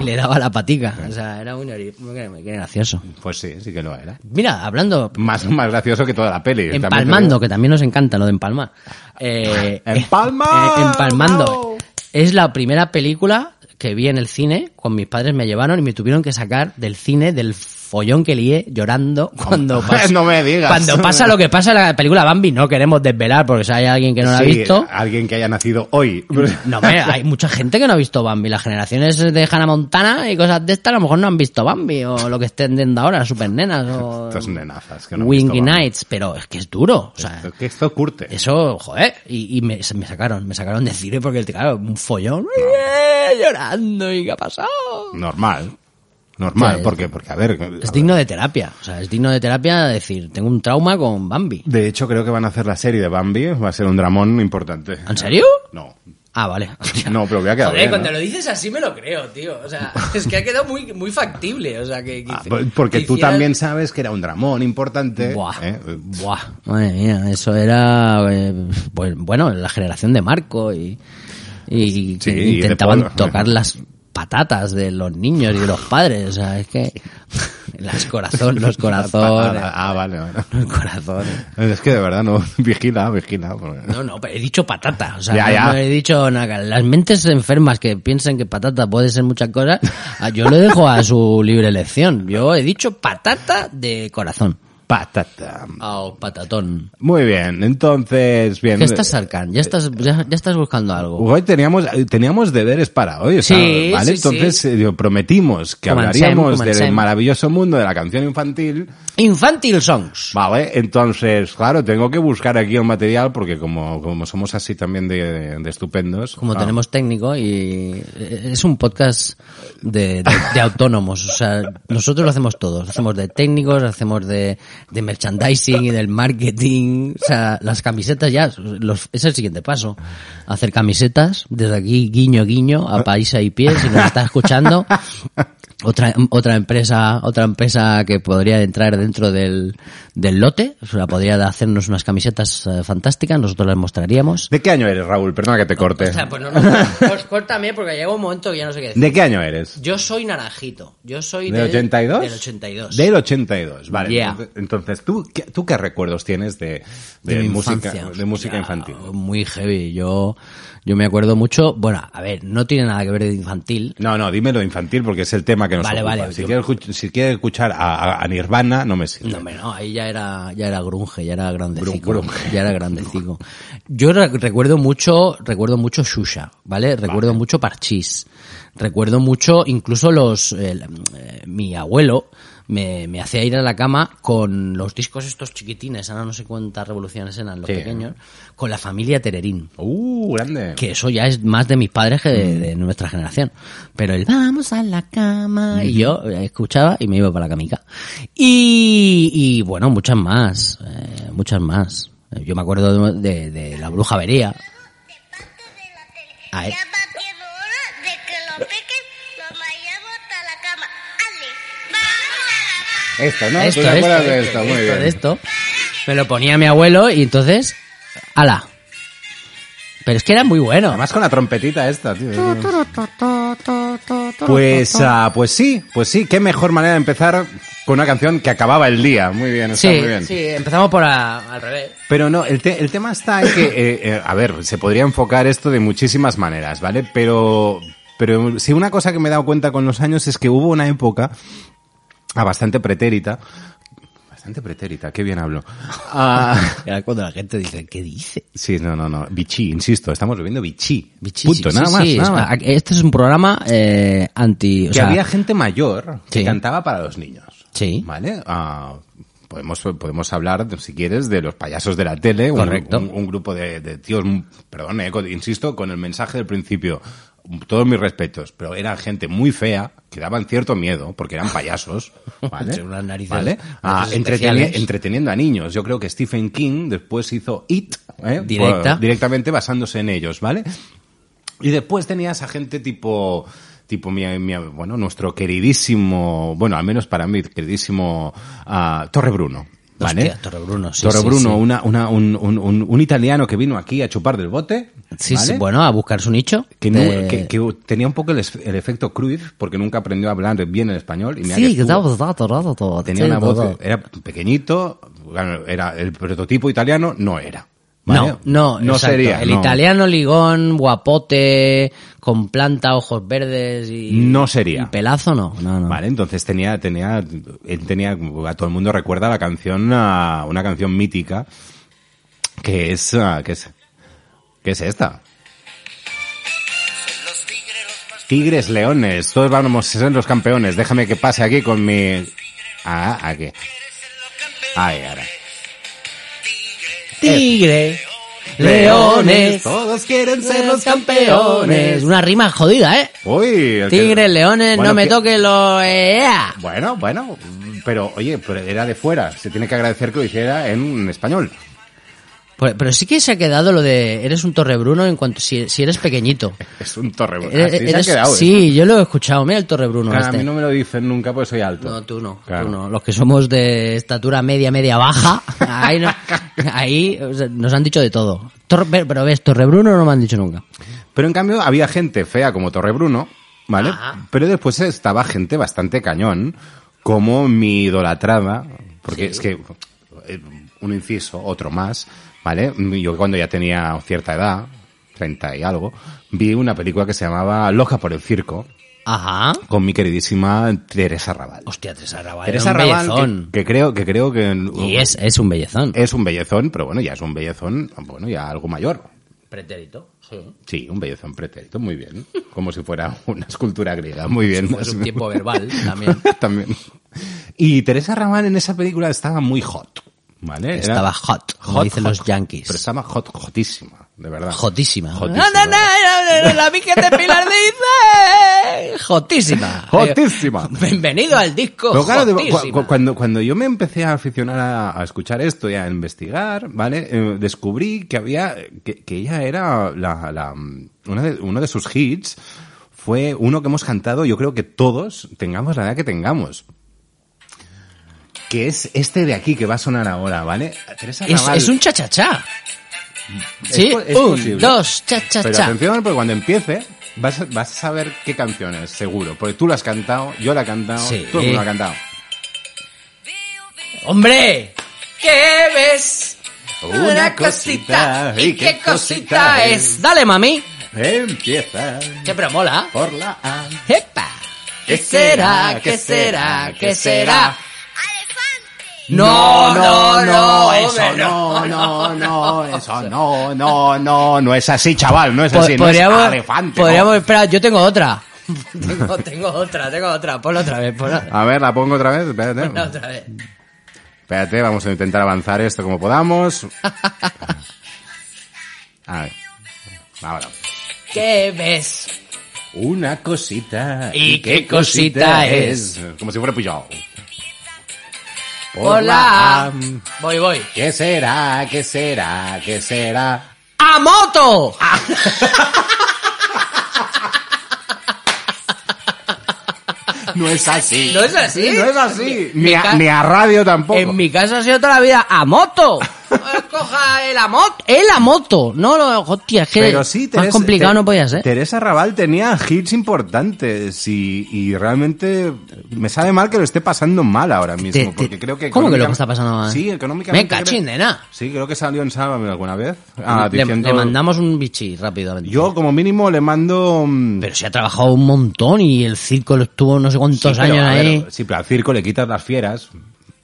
Speaker 5: y le daba la patica. O sea, era muy, nervi- muy gracioso.
Speaker 1: Pues sí, sí que lo era.
Speaker 5: Mira, hablando,
Speaker 1: Más, más gracioso que toda la peli. también te
Speaker 5: empalmando,
Speaker 1: digo.
Speaker 5: que también nos encanta lo de empalmar. Eh,
Speaker 1: ¡Empalma!
Speaker 5: eh, empalmando.
Speaker 1: ¡Bravo!
Speaker 5: Es la primera película que vi en el cine, con mis padres me llevaron y me tuvieron que sacar del cine del follón que lié llorando cuando pasa,
Speaker 1: No me digas.
Speaker 5: cuando pasa lo que pasa en la película Bambi, no queremos desvelar porque si hay alguien que no la ha
Speaker 1: Sí, ah,
Speaker 5: visto.
Speaker 1: Alguien que haya nacido hoy.
Speaker 5: No, hombre, hay mucha gente que no ha visto Bambi. Las generaciones de Hannah Montana y cosas de estas a lo mejor no han visto Bambi o lo que estén viendo ahora, Super Nenas o
Speaker 1: Estos nenazas que no han
Speaker 5: Wingy
Speaker 1: visto Bambi.
Speaker 5: Nights, pero es que es duro. O sea,
Speaker 1: Esto- que esto curte.
Speaker 5: eso, joder, y, y me, se- me sacaron, me sacaron de cine porque, claro, un follón, ¡eh! llorando, ¿y qué ha pasado?
Speaker 1: Normal. Normal,
Speaker 5: Ya, ya.
Speaker 1: porque, porque, a ver...
Speaker 5: Es digno de terapia, o sea, es digno de terapia decir, tengo un trauma con Bambi.
Speaker 1: De hecho, creo que van a hacer la serie de Bambi. Va a ser un dramón importante.
Speaker 5: ¿En serio?
Speaker 1: No.
Speaker 5: Ah, vale.
Speaker 1: No, pero voy a quedar bien, ¿no?
Speaker 5: dices así me lo creo, tío. O sea, es que ha quedado muy, muy factible. O sea, que, que
Speaker 1: Ah,
Speaker 5: hice-
Speaker 1: porque
Speaker 5: que
Speaker 1: tú
Speaker 5: hicieras-
Speaker 1: también sabes que era un dramón importante.
Speaker 5: Buah,
Speaker 1: ¿eh?
Speaker 5: buah. Madre mía, eso era, eh, pues, bueno, la generación de Marco y, y
Speaker 1: Sí,
Speaker 5: que
Speaker 1: y de
Speaker 5: intentaban
Speaker 1: Polo.
Speaker 5: tocar las patatas de los niños y de los padres. O sea, es que las corazones, los corazones.
Speaker 1: Ah, vale, vale.
Speaker 5: Los corazones.
Speaker 1: Es que de verdad no. Vigila, vigila. porque-
Speaker 5: No, no, pero he dicho patata. O sea,
Speaker 1: Ya,
Speaker 5: no-
Speaker 1: ya.
Speaker 5: no he dicho nada. Las mentes enfermas que piensan que patata puede ser muchas cosas, ah, yo lo dejo a su libre elección. Yo he dicho patata de corazón.
Speaker 1: Patata.
Speaker 5: Ah, O patatón.
Speaker 1: Muy bien, entonces, bien.
Speaker 5: ¿Qué estás, Arcan? ¿Ya estás, ya, ya estás buscando algo?
Speaker 1: Hoy teníamos, eh, teníamos deberes para hoy, o sea,
Speaker 5: Sí,
Speaker 1: ¿vale?
Speaker 5: sí,
Speaker 1: Entonces eh, digo, prometimos que
Speaker 5: Comencem,
Speaker 1: hablaríamos del
Speaker 5: comencem.
Speaker 1: maravilloso mundo de la canción infantil,
Speaker 5: Infantil Songs.
Speaker 1: ¿vale? Entonces, claro, tengo que buscar aquí el material porque como, como somos así también de, de- de estupendos.
Speaker 5: Como
Speaker 1: ah,
Speaker 5: tenemos técnico y eh, es un podcast de, de- de autónomos. O sea, nosotros lo hacemos todos. Hacemos de técnicos, hacemos de, de merchandising y del marketing. O sea, las camisetas ya los- es el siguiente paso. Hacer camisetas desde aquí, guiño, guiño, a país y pies, si nos está escuchando. Otra, otra empresa, otra empresa que podría entrar dentro del, del lote, o sea, podría hacernos unas camisetas eh, fantásticas, nosotros las mostraríamos.
Speaker 1: ¿De qué año eres, Raúl? Perdona que te corte.
Speaker 5: O sea, pues no, no, pues córtame porque llega un momento que ya no sé qué decir.
Speaker 1: ¿De qué año eres?
Speaker 5: Yo soy naranjito. Yo soy
Speaker 1: ¿Del 82?
Speaker 5: Del 82.
Speaker 1: Del 82, vale.
Speaker 5: Yeah.
Speaker 1: Entonces, entonces, ¿tú, qué, ¿tú qué recuerdos tienes de, de
Speaker 5: De mi
Speaker 1: música,
Speaker 5: infancia.
Speaker 1: de música
Speaker 5: Hostia,
Speaker 1: infantil?
Speaker 5: Muy heavy. Yo, yo me acuerdo mucho. Bueno, a ver, no tiene nada que ver de infantil.
Speaker 1: No, no, dímelo infantil porque es el tema que nos
Speaker 5: Vale,
Speaker 1: ocupa.
Speaker 5: vale,
Speaker 1: si,
Speaker 5: yo-
Speaker 1: quieres, escuch- si quieres escuchar a, a- a Nirvana, no me sirve.
Speaker 5: No, hombre, no, ahí ya era, ya era grunge, ya era grandecico.
Speaker 1: Gru- grunge.
Speaker 5: Ya era grandecico. Yo re- recuerdo mucho, recuerdo mucho Shusha, ¿vale? Recuerdo mucho Parchís. Recuerdo mucho, incluso los, el, eh, mi abuelo me, me hacía ir a la cama con los discos estos chiquitines, ahora no sé cuántas revoluciones eran los
Speaker 1: Sí.
Speaker 5: pequeños, con la familia Tererín.
Speaker 1: Uh, grande.
Speaker 5: Que eso ya es más de mis padres que de, de nuestra generación. Pero el Mm. vamos a la cama. Y yo eh, escuchaba y me iba para la camica. Y, y bueno, muchas más. eh, muchas más. Yo me acuerdo de, de la bruja vería.
Speaker 6: Ya va siendo hora de que lo piquen, lo vayamos a la cama. Ale, vamos a la cama.
Speaker 1: Esto, ¿no?
Speaker 5: esto,
Speaker 1: ¿Tú te
Speaker 5: esto,
Speaker 1: acuerdas de
Speaker 5: esto,
Speaker 1: esto? Muy
Speaker 5: esto,
Speaker 1: bien.
Speaker 5: de esto. Me lo ponía mi abuelo y entonces, ala. Pero es que era muy bueno.
Speaker 1: Además con la trompetita esta, tío. Pues, ah, pues sí, pues sí. Qué mejor manera de empezar con una canción que acababa el día. Muy bien, está
Speaker 5: Sí,
Speaker 1: muy bien.
Speaker 5: sí, empezamos por a- al revés.
Speaker 1: Pero no, el, te- el tema está en que, eh, eh, a ver, se podría enfocar esto de muchísimas maneras, ¿vale? Pero, pero sí, una cosa que me he dado cuenta con los años es que hubo una época ah, bastante pretérita. Bastante pretérita, qué bien hablo. Ah,
Speaker 5: Era cuando la gente dice, ¿qué dice?
Speaker 1: sí, no, no, no. Vichy, insisto, estamos bebiendo Vichy.
Speaker 5: Bichis,
Speaker 1: Punto,
Speaker 5: sí,
Speaker 1: nada más,
Speaker 5: sí,
Speaker 1: nada
Speaker 5: es-
Speaker 1: más.
Speaker 5: a- Este es un programa eh, anti... O
Speaker 1: que
Speaker 5: sea,
Speaker 1: había gente mayor que
Speaker 5: Sí.
Speaker 1: cantaba para los niños.
Speaker 5: Sí.
Speaker 1: ¿Vale? Ah, podemos, podemos hablar, de- si quieres, de los payasos de la tele. un-
Speaker 5: Correcto.
Speaker 1: Un, un grupo de, de tíos, mm, perdón, eh, con- insisto, con el mensaje del principio. Todos mis respetos, pero era gente muy fea que daban cierto miedo porque eran payasos, ¿vale?
Speaker 5: Sí, unas narices-
Speaker 1: ¿Vale? Ah,
Speaker 5: narices
Speaker 1: entreteni-
Speaker 5: especiales.
Speaker 1: entreteniendo a niños. Yo creo que Stephen King después hizo It, ¿eh?
Speaker 5: Directa.
Speaker 1: Por- directamente basándose en ellos, ¿vale? Y después tenías a gente tipo, tipo mi, mi- bueno, nuestro queridísimo, bueno, al menos para mí, queridísimo ah, Torre Bruno. ¿Vale?
Speaker 5: Hostia, Torre Bruno, sí,
Speaker 1: Torre
Speaker 5: sí,
Speaker 1: Bruno,
Speaker 5: sí.
Speaker 1: Una, una, un, un, un, un italiano que vino aquí a chupar del bote.
Speaker 5: sí, sí,
Speaker 1: ¿vale?
Speaker 5: bueno, eh, a buscar su nicho.
Speaker 1: Que, nu-
Speaker 5: de-
Speaker 1: que- que tenía un poco el, es- el efecto Cruz porque nunca aprendió a hablar bien el español. Y mira
Speaker 5: Sí,
Speaker 1: que
Speaker 5: que
Speaker 1: estuvo-
Speaker 5: estaba todo, todo, todo,
Speaker 1: tenía
Speaker 5: sí,
Speaker 1: una
Speaker 5: todo,
Speaker 1: voz, eh,
Speaker 5: todo.
Speaker 1: era pequeñito, bueno, era el prototipo italiano, no era. ¿vale?
Speaker 5: No, no,
Speaker 1: no
Speaker 5: exacto.
Speaker 1: sería.
Speaker 5: El
Speaker 1: no.
Speaker 5: italiano ligón, guapote, con planta, ojos verdes y...
Speaker 1: No sería.
Speaker 5: y pelazo no, no, no.
Speaker 1: Vale, entonces tenía, tenía, él tenía, a todo el mundo recuerda la canción, ah, una canción mítica, que es, ah, que es, que es esta. Tigres, leones, todos vamos a ser los campeones, déjame que pase aquí con mi... Ah, aquí. Ahí, ahora.
Speaker 5: Tigre, leones,
Speaker 1: todos quieren ser los
Speaker 5: campeones.
Speaker 1: campeones.
Speaker 5: Una rima jodida, ¿eh?
Speaker 1: Uy, el que-
Speaker 5: Tigres, leones,
Speaker 1: Bueno,
Speaker 5: no me eh,
Speaker 1: que-
Speaker 5: toques los... ea.
Speaker 1: Bueno, bueno, pero oye, pero era de fuera. Se tiene que agradecer que lo hiciera en español.
Speaker 5: Pues, Pero, pero sí que se ha quedado lo de eres un torrebruno en cuanto si, si eres pequeñito.
Speaker 1: Es un torrebruno.
Speaker 5: Eres-
Speaker 1: Así se ha
Speaker 5: eres-
Speaker 1: quedado. ¿eh?
Speaker 5: sí, yo lo he escuchado. Mira el torrebruno
Speaker 1: Claro, a
Speaker 5: este.
Speaker 1: mí no me lo dicen nunca porque soy alto.
Speaker 5: No, tú no,
Speaker 1: Claro.
Speaker 5: tú no. Los que somos de estatura media, media baja, ahí, no- ahí, o sea, nos han dicho de todo. Torre- pero ves, torrebruno no me han dicho nunca.
Speaker 1: Pero en cambio había gente fea como Torrebruno ¿vale?
Speaker 5: Ah.
Speaker 1: Pero después estaba gente bastante cañón, como mi idolatrada, porque es que eh, un inciso, otro más, ¿vale? Yo cuando ya tenía cierta edad, 30 y algo, vi una película que se llamaba Loca por el circo
Speaker 5: Ajá.
Speaker 1: con mi queridísima Teresa Raval.
Speaker 5: Hostia, Teresa Raval.
Speaker 1: Teresa
Speaker 5: era un
Speaker 1: Raval,
Speaker 5: bellezón.
Speaker 1: que, que creo que creo que Eh.
Speaker 5: Y es, es un bellezón.
Speaker 1: es un bellezón, pero bueno, ya es un bellezón, bueno, ya algo mayor.
Speaker 5: Pretérito. Sí.
Speaker 1: Sí, un bellezón pretérito, muy bien. Como si fuera una escultura griega, muy bien.
Speaker 5: Es un tiempo verbal también.
Speaker 1: También. Y Teresa Raval en esa película estaba muy hot, ¿ale? Era-
Speaker 5: Estaba hot, como dicen los yankees.
Speaker 1: Pero estaba hot, hotísima, de verdad.
Speaker 5: Jotísima.
Speaker 1: Jotísima.
Speaker 5: No, no, no, no, no, la vi que te Pilar dice. Jotísima.
Speaker 1: Jotísima.
Speaker 5: Eh, Bienvenido al disco.
Speaker 1: Pero claro, de- cu-
Speaker 5: Jotísima.
Speaker 1: cu- cuando, cuando yo me empecé a aficionar a, a escuchar esto y a investigar, ¿vale? Eh, descubrí que había, que, que ella era la, la- una de, uno de sus hits fue uno que hemos cantado, yo creo que todos, tengamos la edad que tengamos. Que es este de aquí que va a sonar ahora, ¿vale? Teresa
Speaker 5: es,
Speaker 1: Raval.
Speaker 5: es un chachachá.
Speaker 1: Es
Speaker 5: Sí,
Speaker 1: po- es
Speaker 5: un,
Speaker 1: posible.
Speaker 5: dos, cha, cha,
Speaker 1: Pero
Speaker 5: cha.
Speaker 1: atención, porque cuando empiece, vas a, vas a saber qué canción es, seguro. Porque tú la has cantado, yo la he cantado,
Speaker 5: Sí. eh,
Speaker 1: todo el mundo la ha cantado.
Speaker 5: ¡Hombre! ¿Qué ves?
Speaker 1: Una cosita, ¿y qué cosita es?
Speaker 5: Dale, mami.
Speaker 1: Empieza
Speaker 5: Siempre mola.
Speaker 1: por la A.
Speaker 5: ¡Epa! ¿Qué será? ¿Qué será? ¿Qué será? No, no, no, eso no.
Speaker 1: no, no, no, eso no, no, no, no es así, chaval, no es
Speaker 5: Po-
Speaker 1: así, no es
Speaker 5: podríamos,
Speaker 1: elefante. ¿no?
Speaker 5: podríamos esperar, yo tengo otra. tengo, tengo otra, tengo otra. Ponla otra vez, ponla,
Speaker 1: A ver, la pongo otra vez, espérate.
Speaker 5: ponla otra vez.
Speaker 1: Espérate, vamos a intentar avanzar esto como podamos. A ver. Ahora.
Speaker 5: ¿Qué ves?
Speaker 1: Una cosita.
Speaker 5: ¿Y qué cosita es?
Speaker 1: Como si fuera Puyol.
Speaker 5: Hola. Voy, voy.
Speaker 1: ¿Qué será? ¿Qué será? ¿Qué será?
Speaker 5: ¡A moto!
Speaker 1: No es así.
Speaker 5: ¿No es así?
Speaker 1: No es así.
Speaker 5: Mi-
Speaker 1: Ni
Speaker 5: mi
Speaker 1: a,
Speaker 5: ca-
Speaker 1: ni a radio tampoco.
Speaker 5: En mi casa ha sido toda la vida a moto. Pues Coja el a moto. El a moto. No, lo, hostia, es que
Speaker 1: Pero sí, Teresa,
Speaker 5: más complicado
Speaker 1: Te-
Speaker 5: no podía ser.
Speaker 1: Teresa Raval tenía hits importantes y, y realmente me sabe mal que lo esté pasando mal ahora mismo.
Speaker 5: Te- te-
Speaker 1: porque creo que
Speaker 5: ¿Cómo que lo
Speaker 1: económicamente-
Speaker 5: está pasando mal?
Speaker 1: Sí, económicamente.
Speaker 5: Me cachín,
Speaker 1: creo-
Speaker 5: nena.
Speaker 1: Sí, creo que salió en Sálvame alguna vez. ah,
Speaker 5: le,
Speaker 1: diciendo-
Speaker 5: le mandamos un bichi rápidamente.
Speaker 1: Yo, como mínimo, le mando. mm,
Speaker 5: Pero se ha trabajado un montón y el circo lo estuvo no sé cuántos
Speaker 1: sí, pero,
Speaker 5: años
Speaker 1: a ver,
Speaker 5: ahí.
Speaker 1: sí, pero al circo le quitas las fieras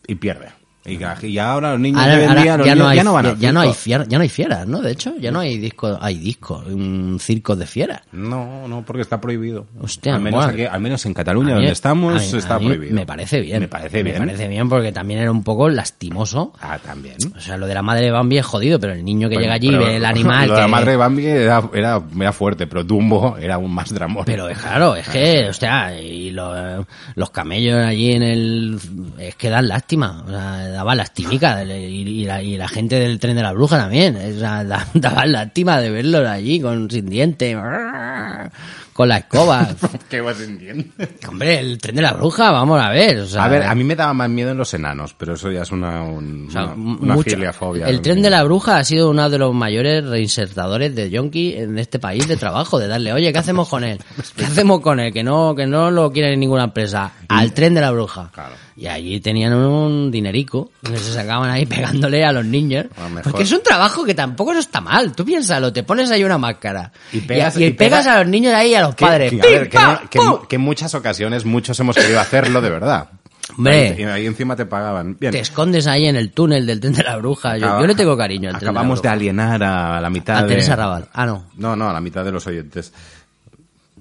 Speaker 1: y pierde. Y, ca- y ahora los niños
Speaker 5: Ahora-
Speaker 1: de hoy en
Speaker 5: ahora
Speaker 1: día, los
Speaker 5: ya, no
Speaker 1: niños
Speaker 5: hay,
Speaker 1: ya no van al
Speaker 5: ya no hay
Speaker 1: circo.
Speaker 5: fier- ya no hay fieras, ¿no? De hecho, ya no hay disco, hay disco, un circo de fieras.
Speaker 1: No, no, porque está prohibido.
Speaker 5: Hostia,
Speaker 1: al menos,
Speaker 5: guau.
Speaker 1: aquí- al menos en
Speaker 5: A
Speaker 1: Cataluña,
Speaker 5: mí-
Speaker 1: donde
Speaker 5: a
Speaker 1: estamos,
Speaker 5: mí- a
Speaker 1: está
Speaker 5: mí
Speaker 1: prohibido.
Speaker 5: Me parece bien.
Speaker 1: Me parece bien.
Speaker 5: Me parece bien porque también era un poco lastimoso.
Speaker 1: Ah, también.
Speaker 5: O sea, lo de la madre de Bambi es jodido, pero el niño que
Speaker 1: Bueno,
Speaker 5: llega allí
Speaker 1: pero
Speaker 5: ve el animal
Speaker 1: lo
Speaker 5: que...
Speaker 1: de la madre de Bambi era, era, era fuerte, pero Dumbo era aún más dramón.
Speaker 5: Pero es claro, es que, o sea, y lo- los camellos allí en el... Es que dan lástima, o sea, daba lastimica, y, y la, y la gente del tren de la bruja también, o sea, da- daba lástima de verlos allí con sin dientes, con la escoba.
Speaker 1: ¿Qué vas entendiendo?
Speaker 5: Hombre, el tren de la bruja, vamos a ver, o sea, eh.
Speaker 1: A ver, a mí me daba más miedo en los enanos, pero eso ya es una, un-
Speaker 5: o sea,
Speaker 1: una,
Speaker 5: m-
Speaker 1: una
Speaker 5: mucho.
Speaker 1: filiafobia.
Speaker 5: El tren de la bruja ha sido uno de los mayores reinsertadores de yonki en este país de trabajo, de darle, oye, ¿qué hacemos con él? ¿Qué hacemos con él? Que no, que no lo quiere ninguna empresa. Al tren de la bruja.
Speaker 1: Claro.
Speaker 5: Y allí tenían un dinerico que se sacaban ahí pegándole a los niños.
Speaker 1: A lo mejor.
Speaker 5: Porque es un trabajo que tampoco no está mal. Tú piénsalo, te pones ahí una máscara.
Speaker 1: Y pegas-
Speaker 5: y
Speaker 1: y
Speaker 5: pegas
Speaker 1: pega-
Speaker 5: a los niños ahí y a los
Speaker 1: Que-
Speaker 5: padres.
Speaker 1: que, a ver,
Speaker 5: ¡Pim,
Speaker 1: que
Speaker 5: pam,
Speaker 1: no- que
Speaker 5: pum!
Speaker 1: mu- que en muchas ocasiones muchos hemos querido hacerlo de verdad.
Speaker 5: Hombre.
Speaker 1: Y ahí encima te pagaban. Bien.
Speaker 5: Te escondes ahí en el túnel del tren de la bruja. Yo, yo le tengo cariño al tren de la
Speaker 1: Acabamos de
Speaker 5: bruja.
Speaker 1: alienar a la mitad
Speaker 5: A
Speaker 1: de...
Speaker 5: Teresa Raval. Ah, no.
Speaker 1: No, no, a la mitad de los oyentes.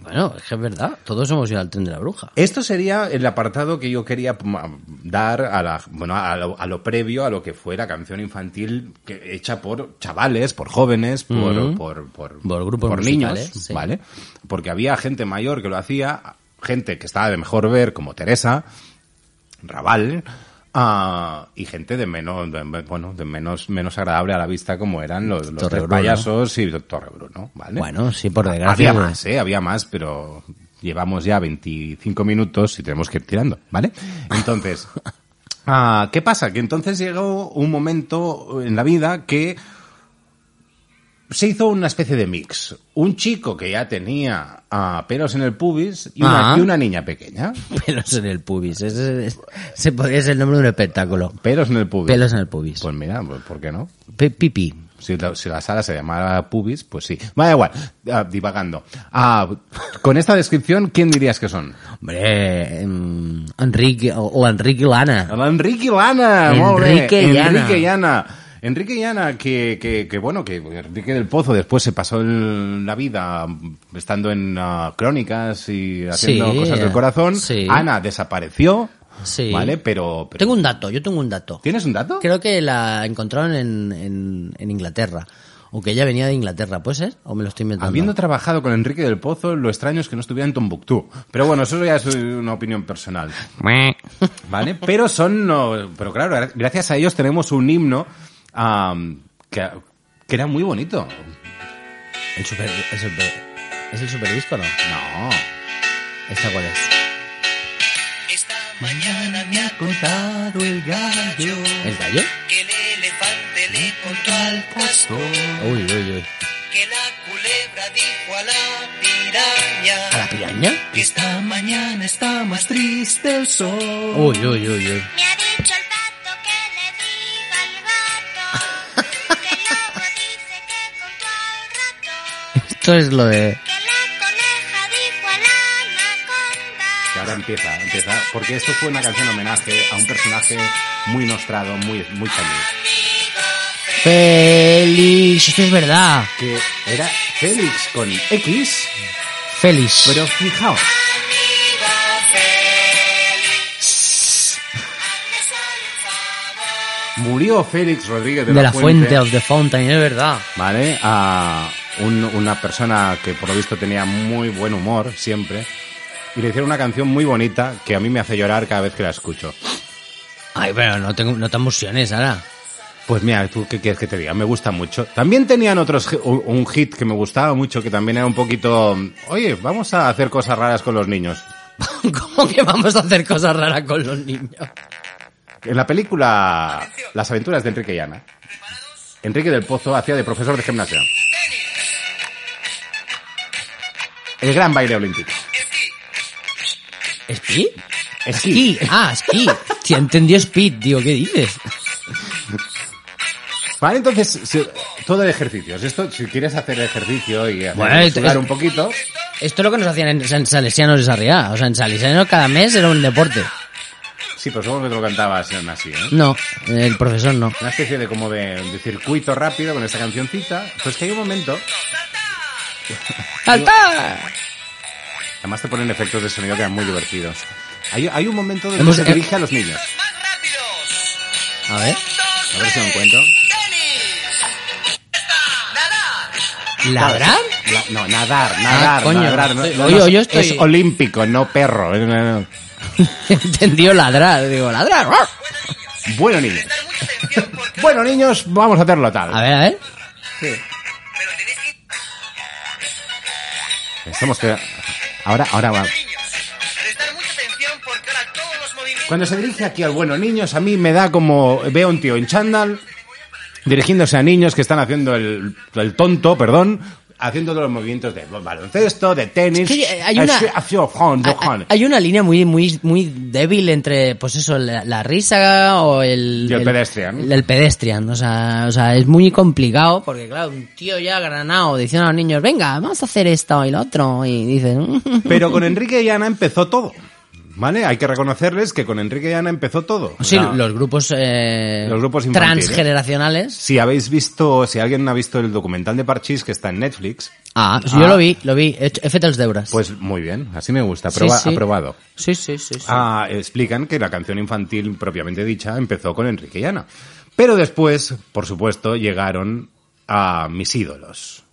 Speaker 5: Bueno, es que es verdad, todos hemos ido al tren de la bruja.
Speaker 1: Esto sería el apartado que yo quería mm, dar a, la, bueno, a, lo, a lo previo, a lo que fue la canción infantil que, hecha por chavales, por jóvenes, por, por, por,
Speaker 5: Por grupos
Speaker 1: por niños,
Speaker 5: musicales, sí.
Speaker 1: ¿vale? Porque había gente mayor que lo hacía, gente que estaba de mejor ver, como Teresa, Raval, ah, y gente de menos, de- bueno, de menos, menos agradable a la vista como eran los, los tres
Speaker 5: Torrebruno.
Speaker 1: payasos y Torrebruno, ¿vale?
Speaker 5: Bueno, sí, por desgracia.
Speaker 1: Había
Speaker 5: pues,
Speaker 1: más, ¿eh? Había más, pero llevamos ya 25 minutos y tenemos que ir tirando, ¿vale? Entonces, ah, ¿qué pasa? Que entonces llegó un momento en la vida que se hizo una especie de mix. Un chico que ya tenía ah, pelos en el pubis y una,
Speaker 5: Ah.
Speaker 1: y una niña pequeña.
Speaker 5: Pelos en el pubis. Ese es- se podría ser el nombre de un espectáculo.
Speaker 1: Pelos en el pubis.
Speaker 5: Pelos en el pubis.
Speaker 1: Pues mira, pues, ¿por qué no?
Speaker 5: Pe- Pipi.
Speaker 1: Si la, si la sala se llamara pubis, pues sí. Me da igual, ah, divagando. Ah, con esta descripción, ¿quién dirías que son?
Speaker 5: Hombre, em, Enrique o, o Enrique
Speaker 1: Ah,
Speaker 5: Lana.
Speaker 1: Enrique y Lana, molt bé.
Speaker 5: Enrique i Ana.
Speaker 1: Enrique y Ana. Enrique y Ana, que, que, que, bueno, que Enrique del Pozo después se pasó el- la vida estando en ah, crónicas y haciendo
Speaker 5: Sí,
Speaker 1: cosas del
Speaker 5: eh,
Speaker 1: corazón.
Speaker 5: sí.
Speaker 1: Ana desapareció,
Speaker 5: Sí.
Speaker 1: ¿vale? Pero, pero-
Speaker 5: Tengo un dato, yo tengo un dato.
Speaker 1: ¿Tienes un dato?
Speaker 5: Creo que la encontraron en, en, en Inglaterra. O que ella venía de Inglaterra, ¿puede ser? ¿O me lo estoy inventando?
Speaker 1: Habiendo trabajado con Enrique del Pozo, lo extraño es que no estuviera en Tombuctú. Pero bueno, eso ya es una opinión personal. ¿Vale? Pero son. no, pero claro, gra- gracias a ellos tenemos un himno am, que, que era muy bonito.
Speaker 5: El super, el super- ¿Es el superdisco o no?
Speaker 1: No.
Speaker 5: ¿Esta cuál es?
Speaker 1: Mañana me ha contado el gallo.
Speaker 5: ¿El gallo?
Speaker 7: que el elefante le contó al pastor,
Speaker 5: Uy, uy, uy.
Speaker 7: que la culebra dijo a la piraña,
Speaker 5: ¿A la piraña?
Speaker 7: que esta mañana está más triste el sol.
Speaker 5: Uy, uy, uy, uy.
Speaker 6: Me ha dicho el pato que le diga al gato que el lobo dice que contó al rato
Speaker 5: Esto es lo de...
Speaker 6: que la coneja dijo a la anaconda
Speaker 1: Que ahora empieza, empieza. Porque esto fue una canción homenaje a un personaje muy nostrado, muy, muy cañón.
Speaker 5: Félix, esto es verdad.
Speaker 1: Que era Félix con X,
Speaker 5: Félix.
Speaker 1: pero fijaos. Murió Félix Rodríguez de,
Speaker 5: de la fuente of the fountain, es verdad.
Speaker 1: ¿vale? A un- una persona que por lo visto tenía muy buen humor siempre. Y le hicieron una canción muy bonita que a mí me hace llorar cada vez que la escucho.
Speaker 5: Ay, pero no, tengo, no te emociones ahora.
Speaker 1: Pues mira, ¿tú qué quieres que te diga? Me gusta mucho. También tenían otros hi- u- un hit que me gustaba mucho, que también era un poquito, oye, vamos a hacer cosas raras con los niños.
Speaker 5: ¿Cómo que vamos a hacer cosas raras con los niños?
Speaker 1: En la película Las aventuras de Enrique y Ana, Enrique del Pozo hacía de profesor de gimnasia. El gran baile olímpico.
Speaker 5: ¿Speed?
Speaker 1: Esquí.
Speaker 5: Ah, esquí. Te entendí speed, digo, ¿qué dices?
Speaker 1: Vale, entonces, si- todo de ejercicios. Esto, si quieres hacer ejercicio y hacer,
Speaker 5: Bueno,
Speaker 1: sudar
Speaker 5: es-
Speaker 1: un poquito,
Speaker 5: Esto es lo que nos hacían en, en Salesianos de Sarriá. O sea, en Salesianos cada mes era un deporte.
Speaker 1: sí, pero supongo que te lo cantabas en así, ¿eh?
Speaker 5: No, el profesor no.
Speaker 1: Una especie de como de, de circuito rápido con esta cancioncita. Pues que hay un momento,
Speaker 5: ¡Saltar!
Speaker 1: además te ponen efectos de sonido que eran muy divertidos. Hay, hay un momento donde
Speaker 5: Hemos- eh,
Speaker 1: se dirige a los niños.
Speaker 7: Más rápidos.
Speaker 5: A ver.
Speaker 7: Dos,
Speaker 1: A ver si lo
Speaker 7: tres.
Speaker 1: encuentro.
Speaker 7: Tenis. Nadar.
Speaker 5: ¿Ladrar?
Speaker 1: La- no, nadar, nadar,
Speaker 5: Ah, coño.
Speaker 1: nadar. No, no,
Speaker 5: Oye,
Speaker 1: no,
Speaker 5: yo estoy-
Speaker 1: Es olímpico, no perro. Eh, no, no.
Speaker 5: Entendió ladrar, digo, ladrar.
Speaker 1: Bueno, niños.
Speaker 7: Dar mucha atención porque
Speaker 1: Bueno, niños, vamos a hacerlo tal.
Speaker 5: A ver, a ver.
Speaker 7: pero tenéis que ir
Speaker 1: Estamos que... Ahora, ahora va.
Speaker 7: niños. Prestar mucha atención porque ahora todos los movimientos
Speaker 1: Cuando se dirige aquí al bueno niños, a mí me da como veo a un tío en chándal dirigiéndose a niños que están haciendo el, el tonto, perdón, haciendo todos los movimientos de baloncesto, de tenis.
Speaker 5: Sí, hay una-
Speaker 1: Así, así, ojon, ojon.
Speaker 5: Hay, hay una línea muy, muy, muy débil entre, pues eso, la, la risa o el...
Speaker 1: Y el pedestrian.
Speaker 5: El, el pedestrian, o sea, o sea, es muy complicado porque, claro, un tío ya granado diciendo a los niños, venga, vamos a hacer esto y lo otro, y dicen...
Speaker 1: Pero con Enrique y Ana empezó todo. ¿Vale? Hay que reconocerles que con Enrique y Ana empezó todo.
Speaker 5: Sí,
Speaker 1: O sea,
Speaker 5: los grupos, eh,
Speaker 1: Los grupos infantiles.
Speaker 5: transgeneracionales.
Speaker 1: Si habéis visto, si alguien ha visto el documental de Parchís que está en Netflix,
Speaker 5: Ah,
Speaker 1: Ah.
Speaker 5: yo lo vi, lo vi. He hecho- he fet els deures.
Speaker 1: pues muy bien, así me gusta,
Speaker 5: Sí,
Speaker 1: Aproba-
Speaker 5: sí.
Speaker 1: aprobado.
Speaker 5: Sí, sí, sí. sí.
Speaker 1: Ah, explican que la canción infantil propiamente dicha empezó con Enrique Llana. Pero después, por supuesto, llegaron a mis ídolos.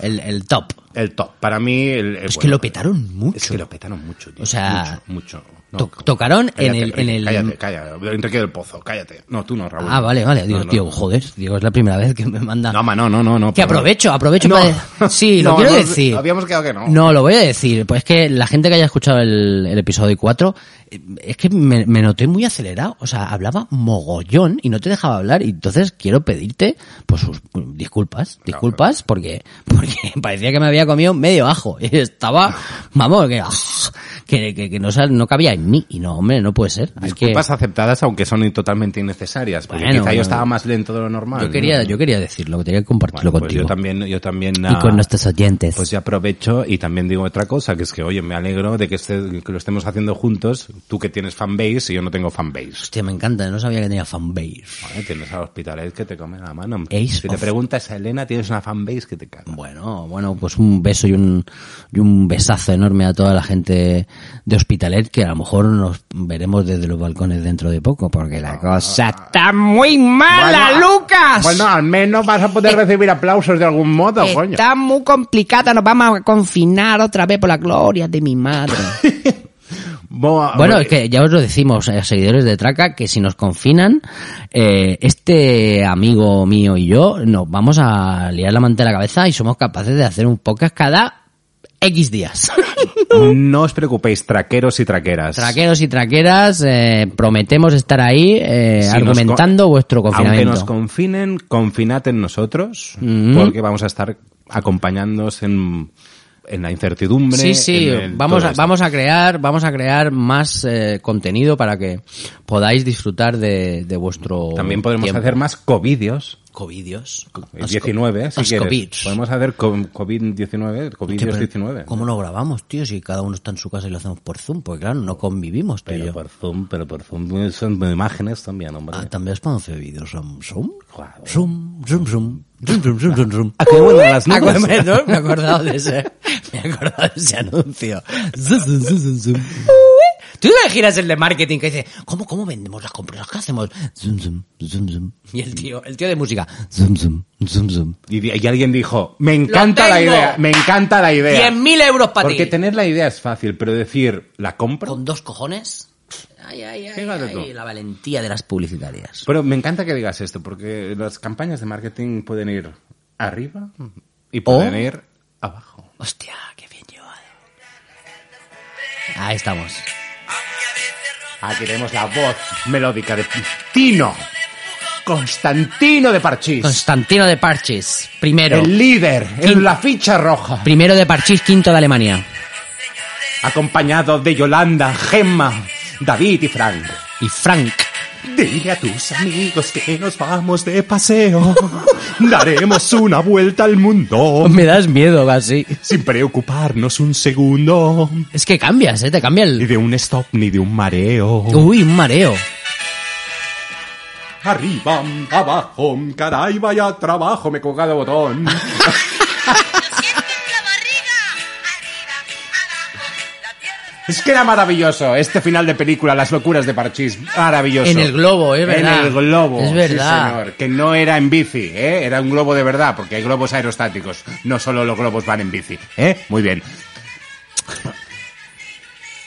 Speaker 5: El, el top.
Speaker 1: El top. Para mí... el- el-
Speaker 5: Es que
Speaker 1: bueno,
Speaker 5: lo petaron mucho.
Speaker 1: Es que lo petaron mucho, tío.
Speaker 5: O sea,
Speaker 1: Mucho, mucho.
Speaker 5: to- tocaron en
Speaker 1: cállate,
Speaker 5: el- en
Speaker 1: Enrique,
Speaker 5: el-
Speaker 1: Cállate, cállate. Enrique del Pozo, cállate. No, tú no, Raúl.
Speaker 5: Ah, vale, vale. Digo,
Speaker 1: No, no.
Speaker 5: tío, joder, digo, es la primera vez que me manda.
Speaker 1: No, ma, no, no, no. no
Speaker 5: que
Speaker 1: perdón.
Speaker 5: aprovecho, aprovecho
Speaker 1: No.
Speaker 5: para- Sí, lo
Speaker 1: No,
Speaker 5: quiero
Speaker 1: no,
Speaker 5: decir.
Speaker 1: Habíamos quedado que no.
Speaker 5: No, lo voy a decir. Pues es que la gente que haya escuchado el, el episodio 4, eh, es que me, me noté muy acelerado. O sea, hablaba mogollón y no te dejaba hablar. Y entonces quiero pedirte, pues, sus- disculpas, disculpas, porque, porque parecía que me había comido medio ajo. Y estaba, vamos, que, ah, que, que, que no, sal- no cabía en mí. Y no, hombre, no puede ser. Es que-
Speaker 1: Disculpas aceptadas, aunque son totalmente innecesarias. Porque
Speaker 5: Bueno,
Speaker 1: quizá yo
Speaker 5: bueno.
Speaker 1: estaba más lento de lo normal.
Speaker 5: yo quería,
Speaker 1: ¿no?
Speaker 5: yo quería decirlo, que tenía que compartirlo
Speaker 1: Bueno, pues
Speaker 5: contigo.
Speaker 1: yo también, yo también.
Speaker 5: y con
Speaker 1: ah,
Speaker 5: nuestros oyentes.
Speaker 1: Pues ya aprovecho y también digo otra cosa, que es que, oye, me alegro de que, este- que lo estemos haciendo juntos, tú que tienes fanbase y yo no tengo fanbase.
Speaker 5: Hostia, me encanta, no sabía que tenía fanbase.
Speaker 1: Vale, Tienes al hospitales que te comen la mano.
Speaker 5: Ace
Speaker 1: si te
Speaker 5: of-
Speaker 1: preguntas a Elena, tienes una fanbase que te caga.
Speaker 5: Bueno, bueno, pues un beso y un, y un besazo enorme a toda la gente de Hospitalet que a lo mejor nos veremos desde los balcones dentro de poco porque la cosa está muy mala, Lucas.
Speaker 1: Bueno, al menos vas a
Speaker 5: Eh,
Speaker 1: poder recibir aplausos de algún modo, coño.
Speaker 5: está muy complicada, nos vamos a confinar otra vez por la gloria de mi madre.
Speaker 1: Bo-
Speaker 5: bueno, es que ya os lo decimos, eh, seguidores de Traca, que si nos confinan, eh, este amigo mío y yo nos vamos a liar la manta de la cabeza y somos capaces de hacer un podcast cada X días.
Speaker 1: No os preocupéis, traqueros y traqueras.
Speaker 5: Traqueros y traqueras, eh, prometemos estar ahí eh,
Speaker 1: Si nos
Speaker 5: argumentando
Speaker 1: con-
Speaker 5: vuestro
Speaker 1: Aunque
Speaker 5: confinamiento.
Speaker 1: nos confinen, confinad en nosotros, porque vamos a estar acompañándoos en, en la incertidumbre.
Speaker 5: sí, sí,
Speaker 1: en el-
Speaker 5: vamos
Speaker 1: todo
Speaker 5: a,
Speaker 1: esto.
Speaker 5: vamos a crear, vamos a crear más eh, contenido para que podáis disfrutar de, de vuestro
Speaker 1: También podremos
Speaker 5: tiempo.
Speaker 1: hacer más covidios.
Speaker 5: covidios.
Speaker 1: El 19, si
Speaker 5: Más
Speaker 1: quieres.
Speaker 5: covids.
Speaker 1: Podemos hacer co- COVID-19,
Speaker 5: Hostia, pero
Speaker 1: COVID-19.
Speaker 5: ¿Cómo lo grabamos, tío? Si cada uno está en su casa y lo hacemos por Zoom, porque claro, no convivimos, tío. y
Speaker 1: Pero
Speaker 5: yo.
Speaker 1: por Zoom, pero por Zoom son imágenes también, hombre.
Speaker 5: Ah, también es para hacer vídeos. Zoom, zoom,
Speaker 1: Claro.
Speaker 5: zoom, zoom, zoom, zoom, zoom, zoom, zoom, zoom.
Speaker 1: Ah, qué bueno, las
Speaker 5: Me
Speaker 1: nubes.
Speaker 5: acordé, ¿no? Me he acordado de ese, me he acordado de ese anuncio. Zum, zum, zum, zum, zum. Tú te imaginas el de marketing que dice, ¿cómo, cómo vendemos las compras? ¿Qué hacemos? Zum, zum, zum, zum. Y el tío, el tío de música, zum, zum, zum, zum.
Speaker 1: Y, di- y alguien dijo, me encanta la
Speaker 5: tengo!
Speaker 1: idea, me encanta la idea.
Speaker 5: 100.000 euros para ti.
Speaker 1: Porque tener la idea es fácil, pero decir, ¿la compro?
Speaker 5: Con dos cojones. Ay, ay, ay,
Speaker 1: Fíjate
Speaker 5: ay,
Speaker 1: tú.
Speaker 5: la valentía de las publicitarias.
Speaker 1: Pero me encanta que digas esto, porque las campañas de marketing pueden ir arriba y pueden ir abajo.
Speaker 5: Hostia, qué bien llevado. Ahí estamos.
Speaker 1: Aquí tenemos la voz melódica de Tino. Constantino de Parchís.
Speaker 5: Constantino de Parchis, primero.
Speaker 1: El líder en la ficha roja.
Speaker 5: Primero de Parchis, quinto de Alemania.
Speaker 1: Acompañado de Yolanda, Gemma, David y Frank.
Speaker 5: Y Frank.
Speaker 1: Dile a tus amigos que nos vamos de paseo. Daremos una vuelta al mundo.
Speaker 5: Me das miedo así.
Speaker 1: Sin preocuparnos un segundo.
Speaker 5: Es que cambias, ¿eh? Te cambia
Speaker 1: Ni
Speaker 5: el...
Speaker 1: de un stop ni de un mareo.
Speaker 5: Uy, un mareo.
Speaker 3: Arriba, abajo, caray, vaya trabajo, me he colgado botón.
Speaker 6: Sientes la barriga. Arriba, abajo, la tierra está
Speaker 1: Es que era maravilloso este final de película, Las locuras de Parchís. Maravilloso.
Speaker 5: En el globo, es verdad.
Speaker 1: En el globo.
Speaker 5: Es
Speaker 1: sí,
Speaker 5: verdad.
Speaker 1: señor, que no era en bici, ¿eh? Era un globo de verdad, porque hay globos aerostáticos. No solo los globos van en bici, ¿eh? Muy bien.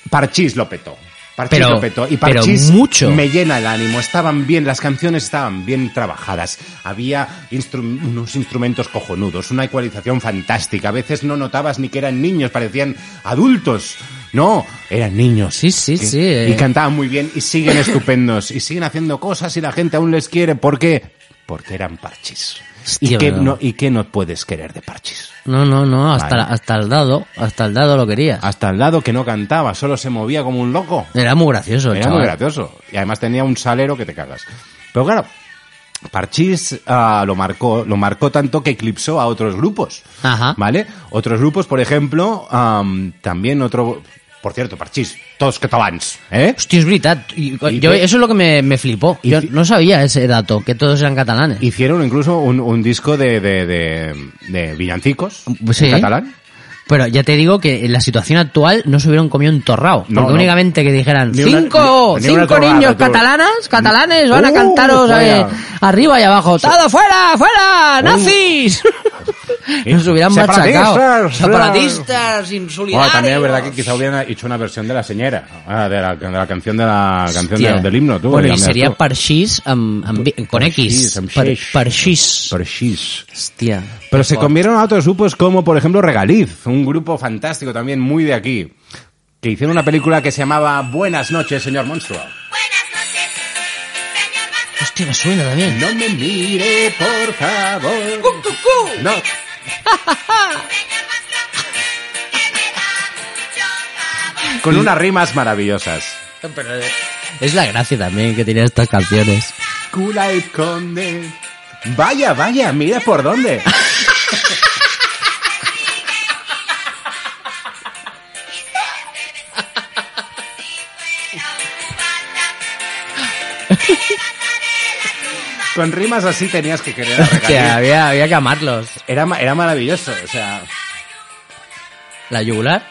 Speaker 1: Parchís lo petó. Parchís
Speaker 5: Pero-
Speaker 1: lo petó. Y
Speaker 5: pero
Speaker 1: Parchís
Speaker 5: mucho.
Speaker 1: me llena el ánimo. Estaban bien, las canciones estaban bien trabajadas. Había instru- unos instrumentos cojonudos, una ecualización fantástica. A veces no notabas ni que eran niños, parecían adultos. No, eran niños.
Speaker 5: Sí, sí,
Speaker 1: Que-
Speaker 5: sí, eh.
Speaker 1: Y cantaban muy bien y siguen estupendos y siguen haciendo cosas y la gente aún les quiere. ¿Por qué? Porque eran parchis. ¿Y,
Speaker 5: Hostia,
Speaker 1: qué
Speaker 5: verdad.
Speaker 1: no, ¿Y qué no puedes querer de parchis?
Speaker 5: No, no, no, hasta,
Speaker 1: Vale. Ah.
Speaker 5: hasta el dado, hasta el dado lo querías.
Speaker 1: Hasta el lado que no cantaba, solo se movía como un loco.
Speaker 5: Era muy gracioso, el
Speaker 1: Era
Speaker 5: chaval.
Speaker 1: muy gracioso. Y además tenía un salero que te cagas. Pero claro, Parchís ah, lo marcó, lo marcó tanto que eclipsó a otros grupos.
Speaker 5: Ajá.
Speaker 1: ¿Vale? Otros grupos, por ejemplo, am, también otro. Por cierto, Parchís, todos catalans, ¿eh?
Speaker 5: Hostia, es verdad. Y-
Speaker 1: ¿Y
Speaker 5: yo-
Speaker 1: qué?
Speaker 5: eso es lo que me, me flipó.
Speaker 1: ¿Y
Speaker 5: Yo
Speaker 1: qué?
Speaker 5: no sabía ese dato, que todos eran catalanes.
Speaker 1: Hicieron incluso un, un disco de, de, de, de villancicos
Speaker 5: Sí.
Speaker 1: en catalán.
Speaker 5: Pero ya te digo que en la situación actual no se hubieron comido un torrao.
Speaker 1: No,
Speaker 5: porque
Speaker 1: no.
Speaker 5: únicamente que dijeran
Speaker 1: Ni una-
Speaker 5: cinco,
Speaker 1: ni- ni una
Speaker 5: cinco
Speaker 1: torrada,
Speaker 5: niños
Speaker 1: tú.
Speaker 5: catalanas, catalanes, van a
Speaker 1: Uh,
Speaker 5: cantaros eh,
Speaker 1: vaya.
Speaker 5: arriba y abajo. ¡Todo fuera, fuera! ¡Nazis! Nos hubieran
Speaker 3: Uh. Separatistas,
Speaker 5: machacado.
Speaker 3: claro.
Speaker 5: Separatistas, insolidarios.
Speaker 3: Bueno, también es verdad que quizá hubieran hecho una versión de la señera, ah, de la, de la canción de la canción
Speaker 5: Hòstia.
Speaker 3: del- del himno, tú.
Speaker 5: Bueno, y
Speaker 3: Líam,
Speaker 5: sería
Speaker 3: tú.
Speaker 5: Parchís amb- amb- con
Speaker 3: Parchís,
Speaker 5: X.
Speaker 3: amb
Speaker 5: Par-
Speaker 3: xeix.
Speaker 5: Parchís.
Speaker 3: Parchís.
Speaker 5: Hostia.
Speaker 1: Pero se convieron a otros grupos como, por ejemplo, Regaliz, un grupo fantástico también muy de aquí, que hicieron una película que se llamaba Buenas noches, señor monstruo.
Speaker 6: Buenas noches, señor monstruo.
Speaker 5: Hostia, me suena también.
Speaker 3: No me mire, por favor. No.
Speaker 1: Con unas rimas maravillosas.
Speaker 5: Pero, eh, es la gracia también que tienen estas canciones.
Speaker 1: Cula y conde. Vaya, vaya, mira por dónde. Con rimas así tenías que querer a
Speaker 5: Hostia,
Speaker 1: Regaliz.
Speaker 5: había, había que amarlos.
Speaker 1: Era, ma- era maravilloso, o sea,
Speaker 5: La yugular.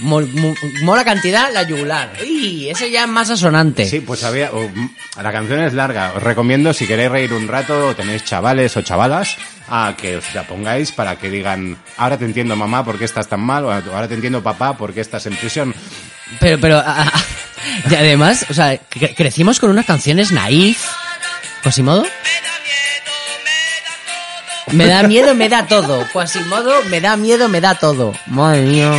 Speaker 5: Mol- mu- Mola cantidad, la yugular. Y eso ya es más asonante.
Speaker 1: sí, pues había, o, mm, la canción es larga, os recomiendo si queréis reír un rato o tenéis chavales o chavalas a que os la pongáis para que digan, ahora te entiendo mamá porque estás tan mal, o ahora te entiendo papá porque estás en prisión.
Speaker 5: Pero, pero, a- a- y además, o sea, cre- crecimos con unas canciones naif. Quasimodo. Me da miedo, me da todo. Quasimodo, me da miedo, me da todo. Madre mía.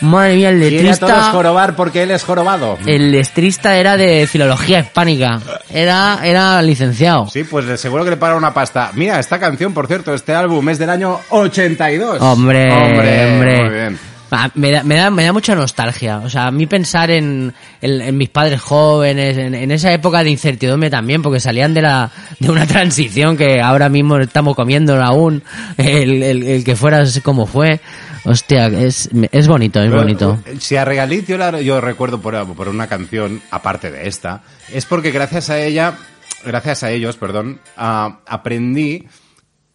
Speaker 5: Madre mía, el
Speaker 1: Quiere a todos
Speaker 5: letrista.
Speaker 1: jorobar porque él es jorobado.
Speaker 5: El letrista era de filología hispánica. Era, era licenciado.
Speaker 1: Sí, pues le- seguro que le paga una pasta. Mira, esta canción, por cierto, este álbum es del año 82.
Speaker 5: Hombre, hombre,
Speaker 1: Pues, Muy bien.
Speaker 5: Ah, me, da, me, da, me da mucha nostalgia. O sea, a mí pensar en, en, en mis padres jóvenes, en, en esa época de incertidumbre también, porque salían de, la, de una transición que ahora mismo estamos comiendo aún, el, el, el que fueras como fue. Hostia, es, es bonito, es
Speaker 1: Pero,
Speaker 5: bonito.
Speaker 1: eh, Si a Regaliz yo, la- yo recuerdo por, por una canción, aparte de esta, es porque gracias a ella, gracias a ellos, perdón, ah, aprendí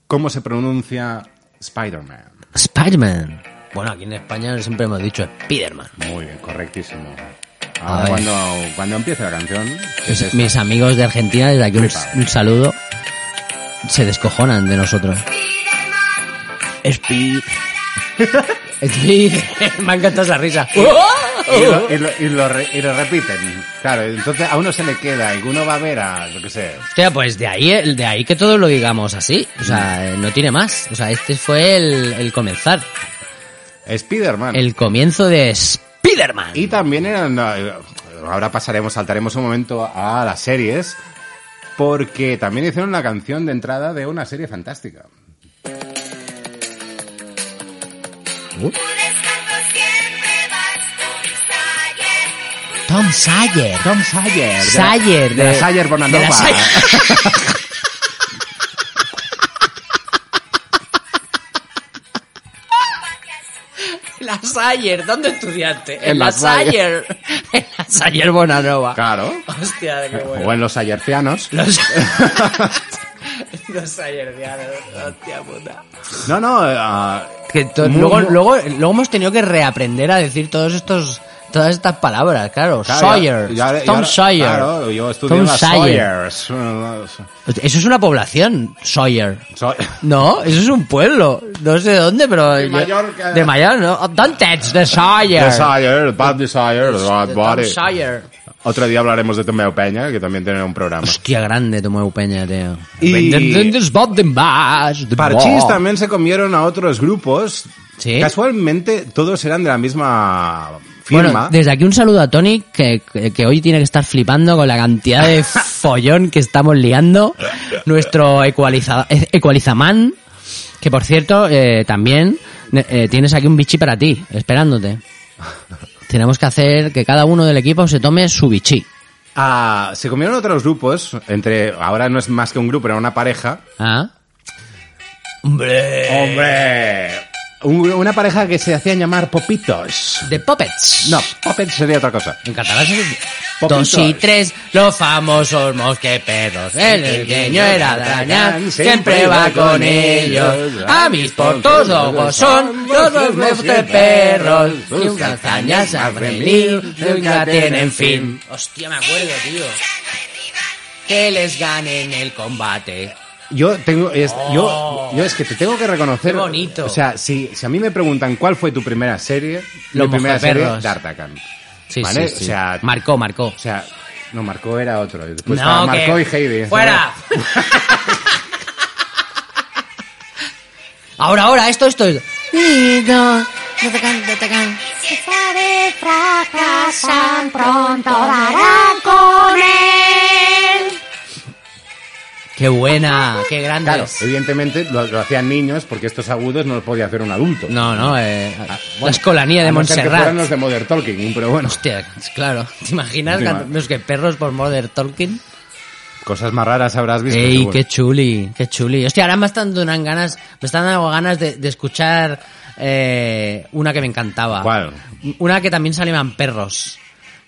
Speaker 1: cómo se pronuncia Spider-Man.
Speaker 5: Spiderman. Bueno, aquí en España siempre hemos dicho Spiderman.
Speaker 1: Muy bien, correctísimo.
Speaker 5: A
Speaker 1: Ahora
Speaker 5: ver.
Speaker 1: cuando, cuando empiece la canción, es esta.
Speaker 5: Mis amigos de Argentina, desde aquí un, un saludo, se descojonan de nosotros. Speed. Speed. Me ha encantado esa risa.
Speaker 1: y lo, y lo- y lo re- y lo repiten. Claro, entonces a uno se le queda y uno va a ver a, lo que sé,
Speaker 5: Hostia, pues de ahí, de ahí que todos lo digamos así. O sea, eh, no tiene más. O sea, este fue el, el comenzar.
Speaker 1: Spider-Man.
Speaker 5: El comienzo de Spiderman.
Speaker 1: Y también eran. eh, Ahora pasaremos, saltaremos un momento a las series. Porque también hicieron la canción de entrada de una serie fantástica.
Speaker 5: Tom Sawyer.
Speaker 1: Tom Sayer.
Speaker 5: Sayer.
Speaker 1: De, la Sayer Bonanova.
Speaker 5: de la Sayer. La Sayer, ¿dónde estudiaste?
Speaker 1: En la Sayer.
Speaker 5: En la Sayer Bonanova.
Speaker 1: Claro.
Speaker 5: Hostia, qué
Speaker 1: O en los Sayercianos.
Speaker 5: Los... Los Sayerdianos, hostia puta.
Speaker 1: No, no. eh, ah,
Speaker 5: Que to-
Speaker 1: Muy-
Speaker 5: luego,
Speaker 1: muy-
Speaker 5: luego, luego hemos tenido que reaprender a decir todos estos, todas estas palabras, claro.
Speaker 1: claro,
Speaker 5: Sawyer,
Speaker 1: ya- ya-
Speaker 5: Tom
Speaker 1: ya-
Speaker 5: Sawyer.
Speaker 1: Claro, yo estudié
Speaker 5: Tom
Speaker 1: en las
Speaker 5: Sawyer.
Speaker 1: Sawyers. Eh,
Speaker 5: Eso es una población, Sawyer.
Speaker 1: so-
Speaker 5: No, eso es un pueblo. No sé de dónde, pero...
Speaker 1: De
Speaker 5: yo-
Speaker 1: Mallorca.
Speaker 5: De Mallorca, ¿no? Oh, Don't touch the Sawyer.
Speaker 1: The Sayer, Bad Desire, Bad
Speaker 5: The Tom
Speaker 1: Body.
Speaker 5: Sawyer.
Speaker 1: Otro día hablaremos de Tomeo Peña, que también tiene un programa.
Speaker 5: Hostia, grande Tomeu Peña, tío.
Speaker 1: Y- Parchís
Speaker 5: Parchís
Speaker 1: también se comieron a otros grupos.
Speaker 5: Sí.
Speaker 1: Casualmente todos eran de la misma
Speaker 5: Bueno,
Speaker 1: firma.
Speaker 5: desde aquí un saludo a Tony, que, que- que hoy tiene que estar flipando con la cantidad de follón que estamos liando. Nuestro ecualiza, eh, ecualizamán, que por cierto, eh, también eh, eh, tienes aquí un bichi para ti, esperándote. Tenemos que hacer que cada uno del equipo se tome su bichi.
Speaker 1: Ah, se comieron otros grupos, entre ahora no es más que un grupo, era una pareja.
Speaker 5: ¿Ah? Eh.
Speaker 1: ¡Hombre! Un- una pareja que se hacían llamar Popitos.
Speaker 5: De Puppets.
Speaker 1: No, Poppets sería otra cosa.
Speaker 5: En catalán se dice-
Speaker 1: Popitos.
Speaker 5: Dos y tres, los famosos mosquepedos. El pequeño era Dañán, siempre va con ellos. A mis por todos son los dos mosqueperros. Sus castañas a venir, nunca tienen fin. Hostia, me acuerdo, tío. Que les ganen el combate.
Speaker 1: Yo tengo, es, yo, yo es que te tengo que reconocer.
Speaker 5: Oh. Qué bonito.
Speaker 1: O sea, si, si a mí me preguntan cuál fue tu primera serie,
Speaker 5: Los
Speaker 1: mi primera serie,
Speaker 5: Mojaperros.
Speaker 1: D'Artacan.
Speaker 5: Sí,
Speaker 1: ¿Vale?
Speaker 5: sí, sí.
Speaker 1: O sea,
Speaker 5: marcó, marcó.
Speaker 1: o sea, no, Marcó era otro. Después
Speaker 5: No,
Speaker 1: estaba Marcó
Speaker 5: que-
Speaker 1: y Heidi.
Speaker 5: ¡Fuera! ahora, ahora, esto, esto. esto.
Speaker 6: Esta vez fracasan, pronto darán con él.
Speaker 5: ¡Qué buena! ¡Qué grande!
Speaker 1: Claro, Pues, evidentemente lo, lo hacían niños porque estos agudos no los podía hacer un adulto.
Speaker 5: No, no, eh,
Speaker 1: Bueno,
Speaker 5: la escolanía de
Speaker 1: a no ser que
Speaker 5: Montserrat.
Speaker 1: fueran los de Modern Talking, pero bueno,
Speaker 5: Hostia, claro. ¿Te imaginas
Speaker 1: Encima-
Speaker 5: cantando- los que perros por Mother Tolkien?
Speaker 1: cosas más raras habrás visto.
Speaker 5: Ey,
Speaker 1: seguro.
Speaker 5: qué chuli, qué chuli. Hostia, ahora me están dando ganas, me están dando ganas de, de escuchar eh, una que me encantaba.
Speaker 1: ¿Cuál?
Speaker 5: Una que también salían perros.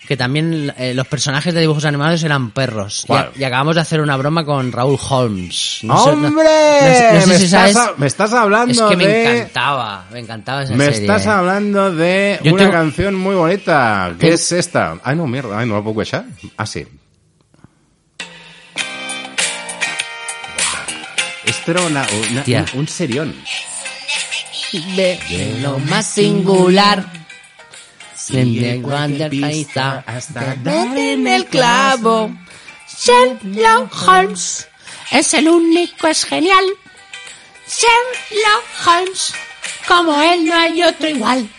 Speaker 5: Que también eh, los personajes de dibujos animados eran perros. Y a-
Speaker 1: ¿Cuál?
Speaker 5: Y, acabamos de hacer una broma con Raúl Holmes. sé-
Speaker 1: ¡Hombre!
Speaker 5: sé- no sé
Speaker 1: me,
Speaker 5: si
Speaker 1: estás a-
Speaker 5: sabes-
Speaker 1: me estás hablando
Speaker 5: Es que me
Speaker 1: de...
Speaker 5: encantaba, me encantaba esa
Speaker 1: Me
Speaker 5: serie. eh.
Speaker 1: estás hablando de
Speaker 5: Yo
Speaker 1: una
Speaker 5: tengo-
Speaker 1: canción muy bonita, que
Speaker 5: Ten-
Speaker 1: es esta. Ay, no, mierda, ay, no la puedo echar. Ah, sí. Esto era una- una-
Speaker 5: Hostia.
Speaker 1: un, un serión.
Speaker 5: de lo más singular. Desde cualquier pista hasta dar en el clavo.
Speaker 6: Sherlock Holmes es el único, es genial. Sherlock Holmes, como él no hay otro igual.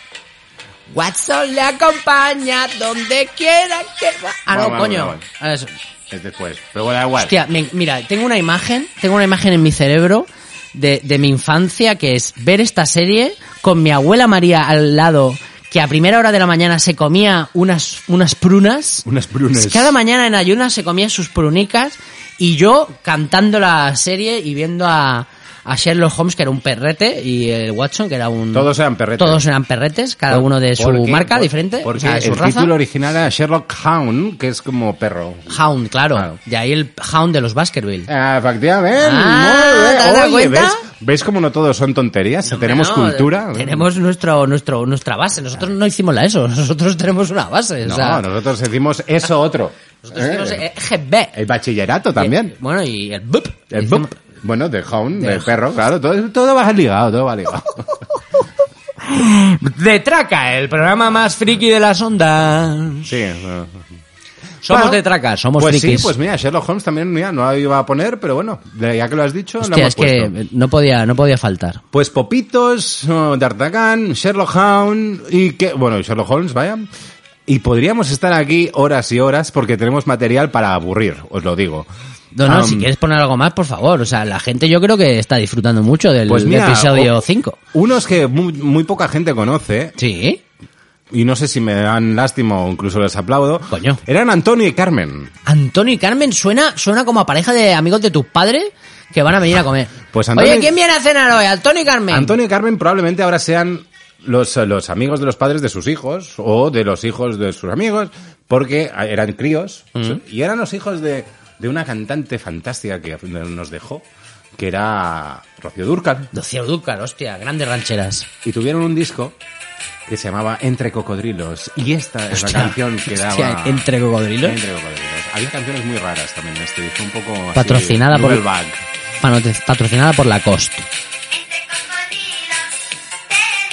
Speaker 5: Watson le acompaña donde quiera que va. Ah,
Speaker 1: Vale,
Speaker 5: no,
Speaker 1: vale,
Speaker 5: coño.
Speaker 1: vale,
Speaker 5: Ah, eso.
Speaker 1: Es después. Pero bueno, da igual.
Speaker 5: Hostia, me- mira, tengo una imagen, tengo una imagen en mi cerebro de, de mi infancia que es ver esta serie con mi abuela María al lado que a primera hora de la mañana se comía unas, unas prunas.
Speaker 1: Unas brunes.
Speaker 5: Cada mañana en ayunas se comía sus prunicas y yo cantando la serie y viendo a, a Sherlock Holmes, que era un perrete, y el Watson, que era un...
Speaker 1: Todos eran perretes.
Speaker 5: Todos eran perretes, cada
Speaker 1: Por-
Speaker 5: uno de su
Speaker 1: Ah, porque-
Speaker 5: marca
Speaker 1: por-
Speaker 5: diferente,
Speaker 1: Porque
Speaker 5: o sea, de su
Speaker 1: el
Speaker 5: raza.
Speaker 1: título original era Sherlock Hound, que es como perro.
Speaker 5: Hound, claro.
Speaker 1: Claro.
Speaker 5: De ahí el Hound de los Baskerville.
Speaker 1: Ah, Efectivamente.
Speaker 5: Ah,
Speaker 1: Muy bien.
Speaker 5: ¿te has dado
Speaker 1: Oye,
Speaker 5: cuenta?
Speaker 1: ¿ves, ¿Ves cómo no todos son tonterías? tenemos
Speaker 5: No,
Speaker 1: cultura.
Speaker 5: eh, Tenemos nuestro, nuestro, nuestra base. Nosotros no hicimos la ESO. Nosotros tenemos una base.
Speaker 1: No,
Speaker 5: o sea,
Speaker 1: nosotros decimos eso otro.
Speaker 5: nosotros
Speaker 1: Eh,
Speaker 5: hicimos EGB.
Speaker 1: El bachillerato Eh, también.
Speaker 5: Eh, Bueno, y el BUP.
Speaker 1: El
Speaker 5: Hicimos-
Speaker 1: bup. Bueno, de hound,
Speaker 5: De
Speaker 1: de perro, claro, todo, todo va ligado, todo va ligado.
Speaker 5: De Traca, el programa más friki de las ondas.
Speaker 1: Sí.
Speaker 5: Somos
Speaker 1: Bueno,
Speaker 5: de Traca, somos
Speaker 1: pues
Speaker 5: frikis.
Speaker 1: sí, pues mira, Sherlock Holmes también, mira, no la iba a poner, pero bueno, de- ya que lo has dicho, la
Speaker 5: Hostia,
Speaker 1: hemos
Speaker 5: es que
Speaker 1: puesto.
Speaker 5: no podía, no podía faltar.
Speaker 1: Pues Popitos, oh, D'Artagnan, Sherlock Hound y que... Bueno, y Sherlock Holmes, vaya. Y podríamos estar aquí horas y horas porque tenemos material para aburrir, os lo digo.
Speaker 5: No, no,
Speaker 1: Am,
Speaker 5: si quieres poner algo más, por favor. O sea, la gente yo creo que está disfrutando mucho del
Speaker 1: pues mira,
Speaker 5: episodio
Speaker 1: o-
Speaker 5: 5.
Speaker 1: Unos que muy, muy poca gente conoce,
Speaker 5: Sí.
Speaker 1: y no sé si me dan lástima o incluso les aplaudo,
Speaker 5: Coño.
Speaker 1: eran Antonio y Carmen.
Speaker 5: Antonio y Carmen suena, suena como a pareja de amigos de tus padres que van a venir a comer.
Speaker 1: Pues Antonio-
Speaker 5: Oye, ¿quién viene a cenar hoy? Antonio y Carmen.
Speaker 1: Antonio y Carmen probablemente ahora sean los, eh, los amigos de los padres de sus hijos o de los hijos de sus amigos, porque ah, eran críos
Speaker 5: Mm.
Speaker 1: y eran los hijos de, de una cantante fantástica que nos dejó, que era Rocío Durcal,
Speaker 5: Lucía Dúcar, hostia, grandes rancheras.
Speaker 1: y tuvieron un disco que se llamaba Entre Cocodrilos, y esta es la canción que daba...
Speaker 5: Hostia, entre cocodrilos.
Speaker 1: Entre Cocodrilos. Había canciones muy raras también en este disco, un poco... así,
Speaker 5: Patrocinada por-
Speaker 1: Nouvelle Vague.
Speaker 5: Panote- Patrocinada por la Cost.
Speaker 6: Entre cocodrilos, te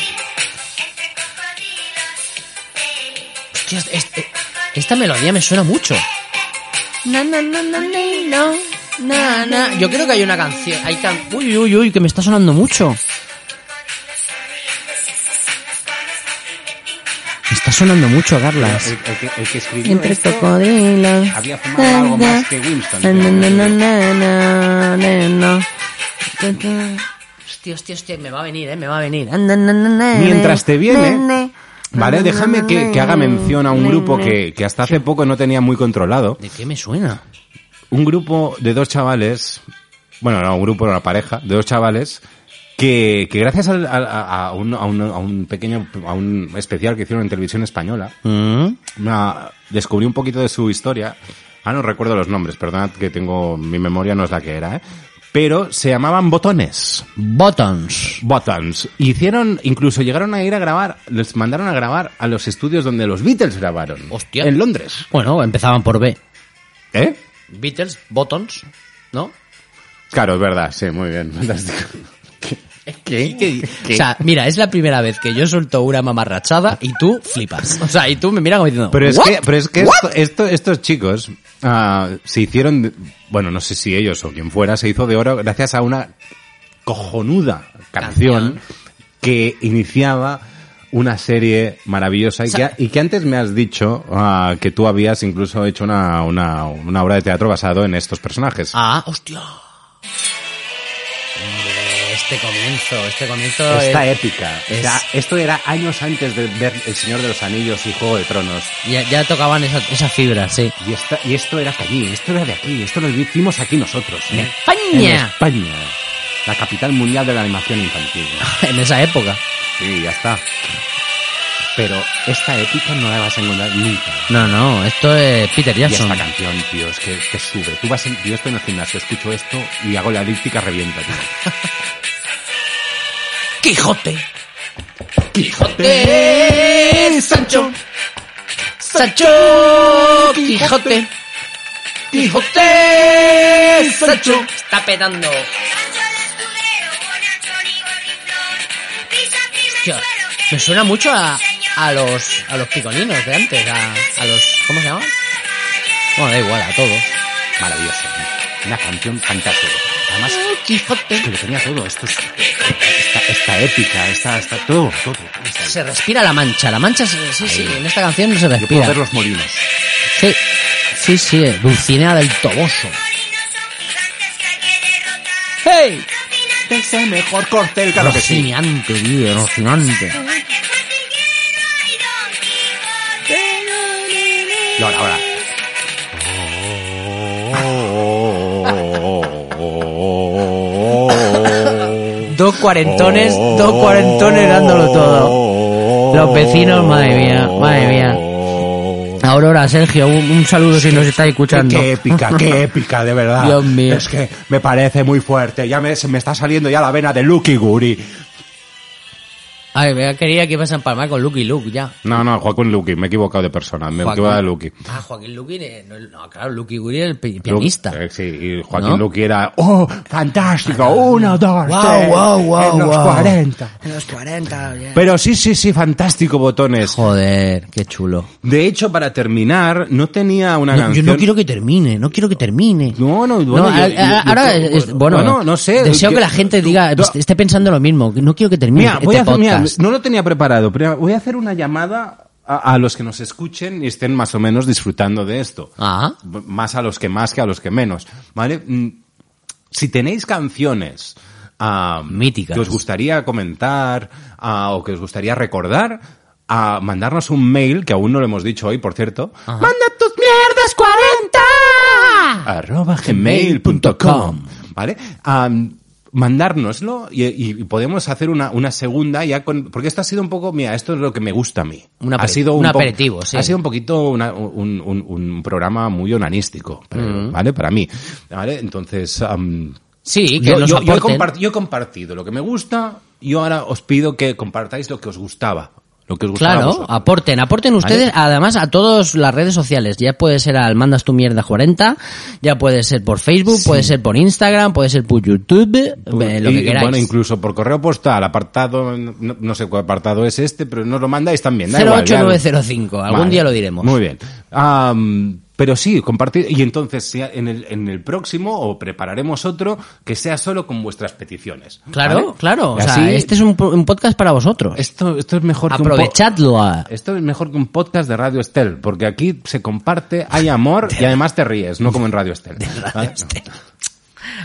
Speaker 6: vi. Entre cocodrilos, te vi.
Speaker 5: Hostia, es- es- esta melodía me suena mucho. Na, na, na, na, ni, no. Na, na. Yo creo que hay una canción. Hay can- Uy, uy, uy, que me está sonando mucho. Me está sonando mucho, Carlas.
Speaker 1: El, el que, el que escribió
Speaker 5: Entre
Speaker 1: esto
Speaker 5: cocodrilos.
Speaker 1: había fumado algo más que Winston.
Speaker 5: Na, na, na, na, na, na, na. Hostia, hostia, hostia, me va a venir, eh, me va a venir.
Speaker 1: Mientras
Speaker 5: Mientras
Speaker 1: te viene, ¿vale? Déjame que, que haga mención a un grupo que, que hasta hace poco no tenía muy controlado.
Speaker 5: ¿De qué me suena?
Speaker 1: Un grupo de dos chavales, bueno, no, un grupo, una pareja, de dos chavales, que, que gracias al- al- a, a un, a un- a un pequeño, a un especial que hicieron en televisión española, una- descubrí un poquito de su historia. Ah, no recuerdo los nombres, perdonad que tengo, mi memoria no es la que era, ¿eh? Pero se llamaban botones.
Speaker 5: Buttons.
Speaker 1: Buttons. Hicieron, incluso llegaron a ir a grabar, les mandaron a grabar a los estudios donde los Beatles grabaron.
Speaker 5: Hostia.
Speaker 1: En Londres.
Speaker 5: Bueno, empezaban por B.
Speaker 1: ¿Eh?
Speaker 5: Beatles, Buttons, ¿no?
Speaker 1: Claro, es verdad, sí, muy bien, fantástico.
Speaker 5: ¿Qué? O sea, mira, es la primera vez que yo suelto una mamarrachada y tú flipas. O sea, y tú me miras como diciendo,
Speaker 1: Pero es
Speaker 5: "¿What?".
Speaker 1: que, pero es que esto- esto- estos chicos ah, se hicieron, de- bueno, no sé si ellos o quien fuera, se hizo de oro gracias a una cojonuda canción, que iniciaba una serie maravillosa y, que, y que antes me has dicho ah, que tú habías incluso hecho una, una, una obra de teatro basado en estos personajes.
Speaker 5: Ah, hostia. Hombre, este comienzo, este comienzo...
Speaker 1: Esta
Speaker 5: es-
Speaker 1: épica.
Speaker 5: es-
Speaker 1: O sea, esto era años antes de ver El Señor de los Anillos y Juego de Tronos.
Speaker 5: Ya, ya tocaban esa, esa fibra, sí.
Speaker 1: Y, esta, y esto era allí, esto era de aquí, esto lo hicimos aquí nosotros. ¿eh? En
Speaker 5: España.
Speaker 1: España, la capital mundial de la animación infantil.
Speaker 5: En esa época.
Speaker 1: Sí, ya está. Pero esta épica no la vas a encontrar nunca.
Speaker 5: No, no, esto es Peter
Speaker 1: Y
Speaker 5: Jackson.
Speaker 1: esta canción, tío, es que te sube. Tú vas en- yo estoy en el gimnasio, escucho esto y hago la elíptica revienta, tío.
Speaker 5: Quijote. Quijote, Eh, Sancho. Sancho, Quijote. Quijote, Sancho. Está petando. Hostia, me suena mucho a, a los a los piconinos de antes, a, a los ¿cómo se llama? Bueno, da igual a todos.
Speaker 1: Maravilloso. ¿eh? Una canción fantástica. Además,
Speaker 5: Quijote.
Speaker 1: que lo tenía todo. Esto es, esta, esta épica, esta, esta, todo, todo. Esta-
Speaker 5: Se respira la mancha, la mancha se- sí, sí,
Speaker 1: Ahí.
Speaker 5: en esta canción se
Speaker 1: yo puedo
Speaker 5: respira.
Speaker 1: ver los molinos.
Speaker 5: Sí, sí, sí, eh, Dulcinea del Toboso. ¡Hey!
Speaker 1: Es el mejor cortel, claro que sí.
Speaker 5: Rocinante, tío, rocinante.
Speaker 1: Y ahora, ahora.
Speaker 5: Dos cuarentones, dos cuarentones dándolo todo. Los vecinos, madre mía, madre mía. Aurora, Sergio, un, un saludo si nos estáis escuchando.
Speaker 1: Qué épica, qué épica, de verdad.
Speaker 5: Dios mío.
Speaker 1: Es que me parece muy fuerte. Ya me, se me está saliendo ya la vena de Lucky Guri.
Speaker 5: Ay, me quería que ibas a empalmar con Lucky Luke ya.
Speaker 1: No, no, Joaquín Lucky, me he equivocado de persona. Me he
Speaker 5: Joaquín.
Speaker 1: equivocado de Lucky.
Speaker 5: Ah, Joaquín Lucky, eh, no, no, claro, Lucky Guri era el pi- pianista.
Speaker 1: Luke, eh, sí, y Joaquín
Speaker 5: ¿No?
Speaker 1: Lucky era, oh, fantástico, uno, dos,
Speaker 5: Guau,
Speaker 1: tres,
Speaker 5: guau, guau,
Speaker 1: en los
Speaker 5: guau.
Speaker 1: 40.
Speaker 5: En los 40, ya.
Speaker 1: Pero sí, sí, sí, fantástico, botones.
Speaker 5: Joder, qué chulo.
Speaker 1: De hecho, para terminar, no tenía una
Speaker 5: No, yo
Speaker 1: canción.
Speaker 5: no quiero que termine, no quiero que termine.
Speaker 1: No, no, bueno, yo-
Speaker 5: a- a-
Speaker 1: yo- yo
Speaker 5: ahora,
Speaker 1: creo-
Speaker 5: es- bueno,
Speaker 1: bueno, no sé,
Speaker 5: Deseo
Speaker 1: yo-
Speaker 5: que la gente diga, pues,
Speaker 1: tú-
Speaker 5: esté pensando lo mismo, que no quiero que termine
Speaker 1: Mira,
Speaker 5: este
Speaker 1: voy a hacer, mira,
Speaker 5: podcast.
Speaker 1: no lo tenía preparado, pero voy a hacer una llamada a, a los que nos escuchen y estén más o menos disfrutando de esto.
Speaker 5: Ah,
Speaker 1: B- Más a los que más que a los que menos, ¿vale? Mm, Si tenéis canciones ah,
Speaker 5: Míticas.
Speaker 1: que os gustaría comentar ah, o que os gustaría recordar, a mandarnos un mail, que aún no lo hemos dicho hoy, por cierto,
Speaker 6: ¡Manda tus mierdas 40!
Speaker 1: arroba gmail.com, ¿vale? Am, mandárnoslo y, y podemos hacer una, una segunda ya con... Porque esto ha sido un poco, mira, esto es lo que me gusta a mí.
Speaker 5: Un
Speaker 1: ha
Speaker 5: aperi-
Speaker 1: sido
Speaker 5: un
Speaker 1: po-
Speaker 5: aperitivo, sí.
Speaker 1: Ha sido un poquito una- un, un- un programa muy onanístico, pero,
Speaker 5: Mm.
Speaker 1: ¿vale? Para mí, ¿vale? Entonces... am,
Speaker 5: sí, que
Speaker 1: yo,
Speaker 5: nos
Speaker 1: yo- yo he
Speaker 5: aporten.
Speaker 1: compart- yo he compartido lo que me gusta y ahora os pido que compartáis lo que os gustaba. Lo que os gustaba pues, a
Speaker 5: Claro,
Speaker 1: vosotros.
Speaker 5: aporten, aporten ustedes, además a todas las redes sociales. Ya puede ser al Mandas tu mierda 40, ya puede ser por Facebook, puede ser por Instagram, puede ser por YouTube, eh, lo
Speaker 1: Y,
Speaker 5: que queráis.
Speaker 1: Bueno, incluso por correo postal, apartado, no, no sé cuál apartado es este, pero nos lo mandáis también. da igual, ya-
Speaker 5: 08905, algún
Speaker 1: Vale.
Speaker 5: día lo diremos.
Speaker 1: Muy bien. Am, pero sí, compartir. Y entonces, sea en el, en el próximo, o prepararemos otro que sea solo con vuestras peticiones.
Speaker 5: Claro,
Speaker 1: ¿vale?
Speaker 5: claro, o
Speaker 1: Y
Speaker 5: sea,
Speaker 1: así-
Speaker 5: este es un, po- un podcast para vosotros.
Speaker 1: esto, esto es mejor que un po-
Speaker 5: Aprovechadlo a...
Speaker 1: Esto es mejor que un podcast de Radio Estel, porque aquí se comparte, hay amor y además te ríes, no como en Radio Estel. ¿vale?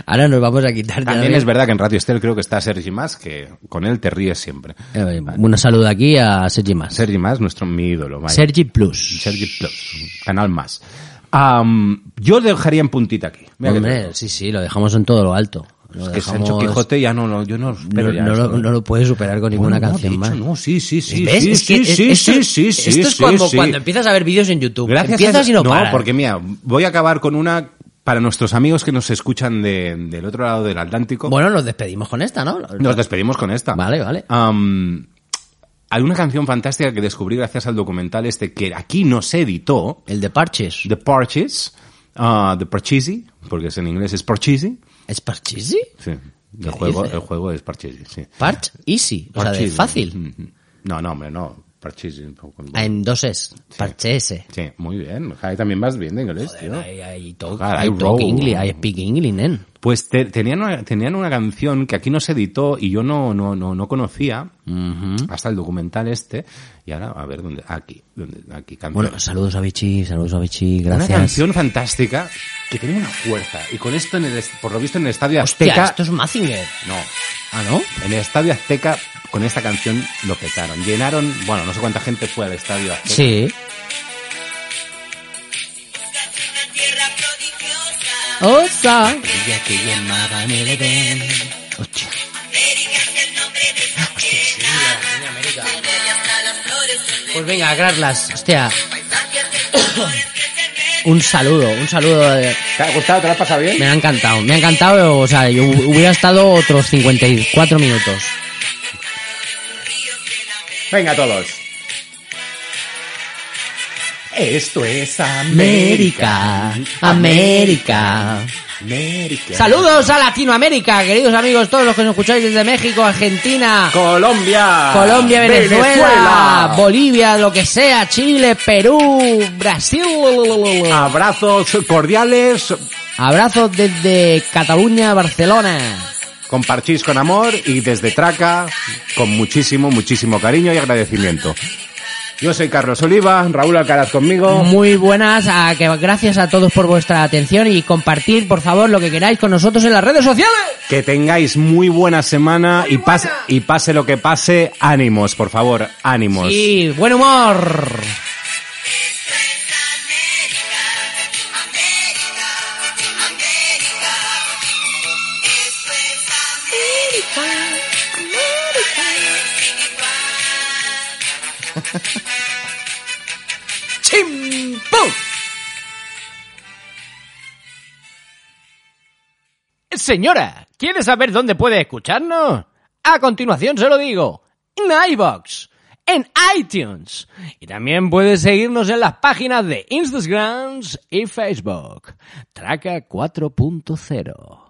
Speaker 5: Ahora nos vamos a quitar ya
Speaker 1: También
Speaker 5: de-
Speaker 1: es verdad que en Radio Estel creo que está Sergi Más, que con él te ríes siempre.
Speaker 5: Eh, un saludo aquí a Sergi Más.
Speaker 1: Sergi Más, nuestro mi ídolo. vaya.
Speaker 5: Sergi Plus.
Speaker 1: Sergi Plus, canal más. Am, yo dejaría en puntita aquí. Mira que te
Speaker 5: Hombre,
Speaker 1: digo.
Speaker 5: sí, sí, lo dejamos en todo lo alto. Lo
Speaker 1: Es que
Speaker 5: dejamos-
Speaker 1: Sancho Quijote ya no, no yo no
Speaker 5: No,
Speaker 1: espero ya
Speaker 5: no
Speaker 1: esto. ¿eh?
Speaker 5: lo, no lo puedes superar con ninguna
Speaker 1: Bueno, no,
Speaker 5: canción
Speaker 1: de
Speaker 5: más.
Speaker 1: hecho, No, sí, sí, sí,
Speaker 5: ¿Ves?
Speaker 1: sí,
Speaker 5: es
Speaker 1: sí,
Speaker 5: que
Speaker 1: sí,
Speaker 5: esto,
Speaker 1: sí, sí, sí,
Speaker 5: esto es
Speaker 1: sí,
Speaker 5: como
Speaker 1: sí.
Speaker 5: cuando empiezas a ver vídeos en YouTube.
Speaker 1: Gracias
Speaker 5: empiezas
Speaker 1: a-
Speaker 5: y no, paras.
Speaker 1: porque mira, voy a acabar con una para nuestros amigos que nos escuchan de- del otro lado del Atlántico.
Speaker 5: Bueno, nos despedimos con esta, ¿no?
Speaker 1: Nos despedimos con esta.
Speaker 5: Vale, vale.
Speaker 1: Am, hay una canción fantástica que descubrí gracias al documental este que aquí no se editó,
Speaker 5: El de
Speaker 1: ah,
Speaker 5: Parches.
Speaker 1: The Purchase, uh, The Purchasey, porque es en inglés es Purchasey,
Speaker 5: ¿Es Parch Easy?
Speaker 1: Sí.
Speaker 5: ¿Qué
Speaker 1: El juego,
Speaker 5: dice?
Speaker 1: el juego es Parchisi, sí.
Speaker 5: Parch Easy. O sea, de
Speaker 1: Parchís.
Speaker 5: fácil.
Speaker 1: Mm, No, no, hombre, no. Parchís. con-
Speaker 5: Ah, En dos es. Parche S.
Speaker 1: Sí, muy bien. Jai, también vas bien de inglés, tío.
Speaker 5: I, I talk,
Speaker 1: Claro, I
Speaker 5: I talk
Speaker 1: roll.
Speaker 5: English, I speak English, nen.
Speaker 1: Pues te- tenían, una, tenían una canción que aquí no se editó y yo no, no, no, no conocía
Speaker 5: ¿Mm?
Speaker 1: hasta el documental este. Y ahora, a ver, ¿dónde? Aquí, ¿dónde? Aquí, canción.
Speaker 5: Bueno, saludos a Vichy, saludos a Vichy, gracias.
Speaker 1: Una canción fantástica que tiene una fuerza. Y con esto, en el, est- por lo visto, en el Estadio
Speaker 5: Hostia,
Speaker 1: Azteca...
Speaker 5: esto es Mazinger.
Speaker 1: No,
Speaker 5: Ah, ¿no?
Speaker 1: en el Estadio Azteca, con esta canción, lo petaron. Llenaron, bueno, no sé cuánta gente fue al Estadio Azteca.
Speaker 5: Sí. ¡Osa!
Speaker 7: Ella que llamaban el Edén. Ah,
Speaker 5: Hostia. Pues venga, agarrarlas. Hostia. Un saludo, un saludo. de-
Speaker 3: ¿Te ha gustado? ¿Te lo has pasado bien?
Speaker 5: Me ha encantado, me ha encantado. O sea, yo hubiera estado otros 54 minutos.
Speaker 3: Venga, todos.
Speaker 7: Esto es
Speaker 5: América, América.
Speaker 7: América.
Speaker 5: Saludos a Latinoamérica, queridos amigos, todos los que nos escucháis desde México, Argentina,
Speaker 3: Colombia.
Speaker 5: Colombia, Venezuela,
Speaker 3: Venezuela.
Speaker 5: Bolivia, lo que sea, Chile, Perú, Brasil.
Speaker 3: Abrazos cordiales
Speaker 5: Abrazos desde Cataluña, Barcelona.
Speaker 1: con Parchís con amor y desde Traca con muchísimo, muchísimo cariño y agradecimiento. Yo soy Carlos Oliva, Raúl Alcaraz conmigo.
Speaker 5: Muy buenas, a que gracias a todos por vuestra atención y compartir, por favor, lo que queráis con nosotros en las redes sociales.
Speaker 1: Que tengáis muy buena semana y, pase, y pase lo que pase, ánimos, por favor, ánimos.
Speaker 5: Y buen humor.
Speaker 2: Señora, ¿quiere saber dónde puede escucharnos? A continuación se lo digo. En iBox, en iTunes. Y también puedes seguirnos en las páginas de Instagram y Facebook. Traca 4.0.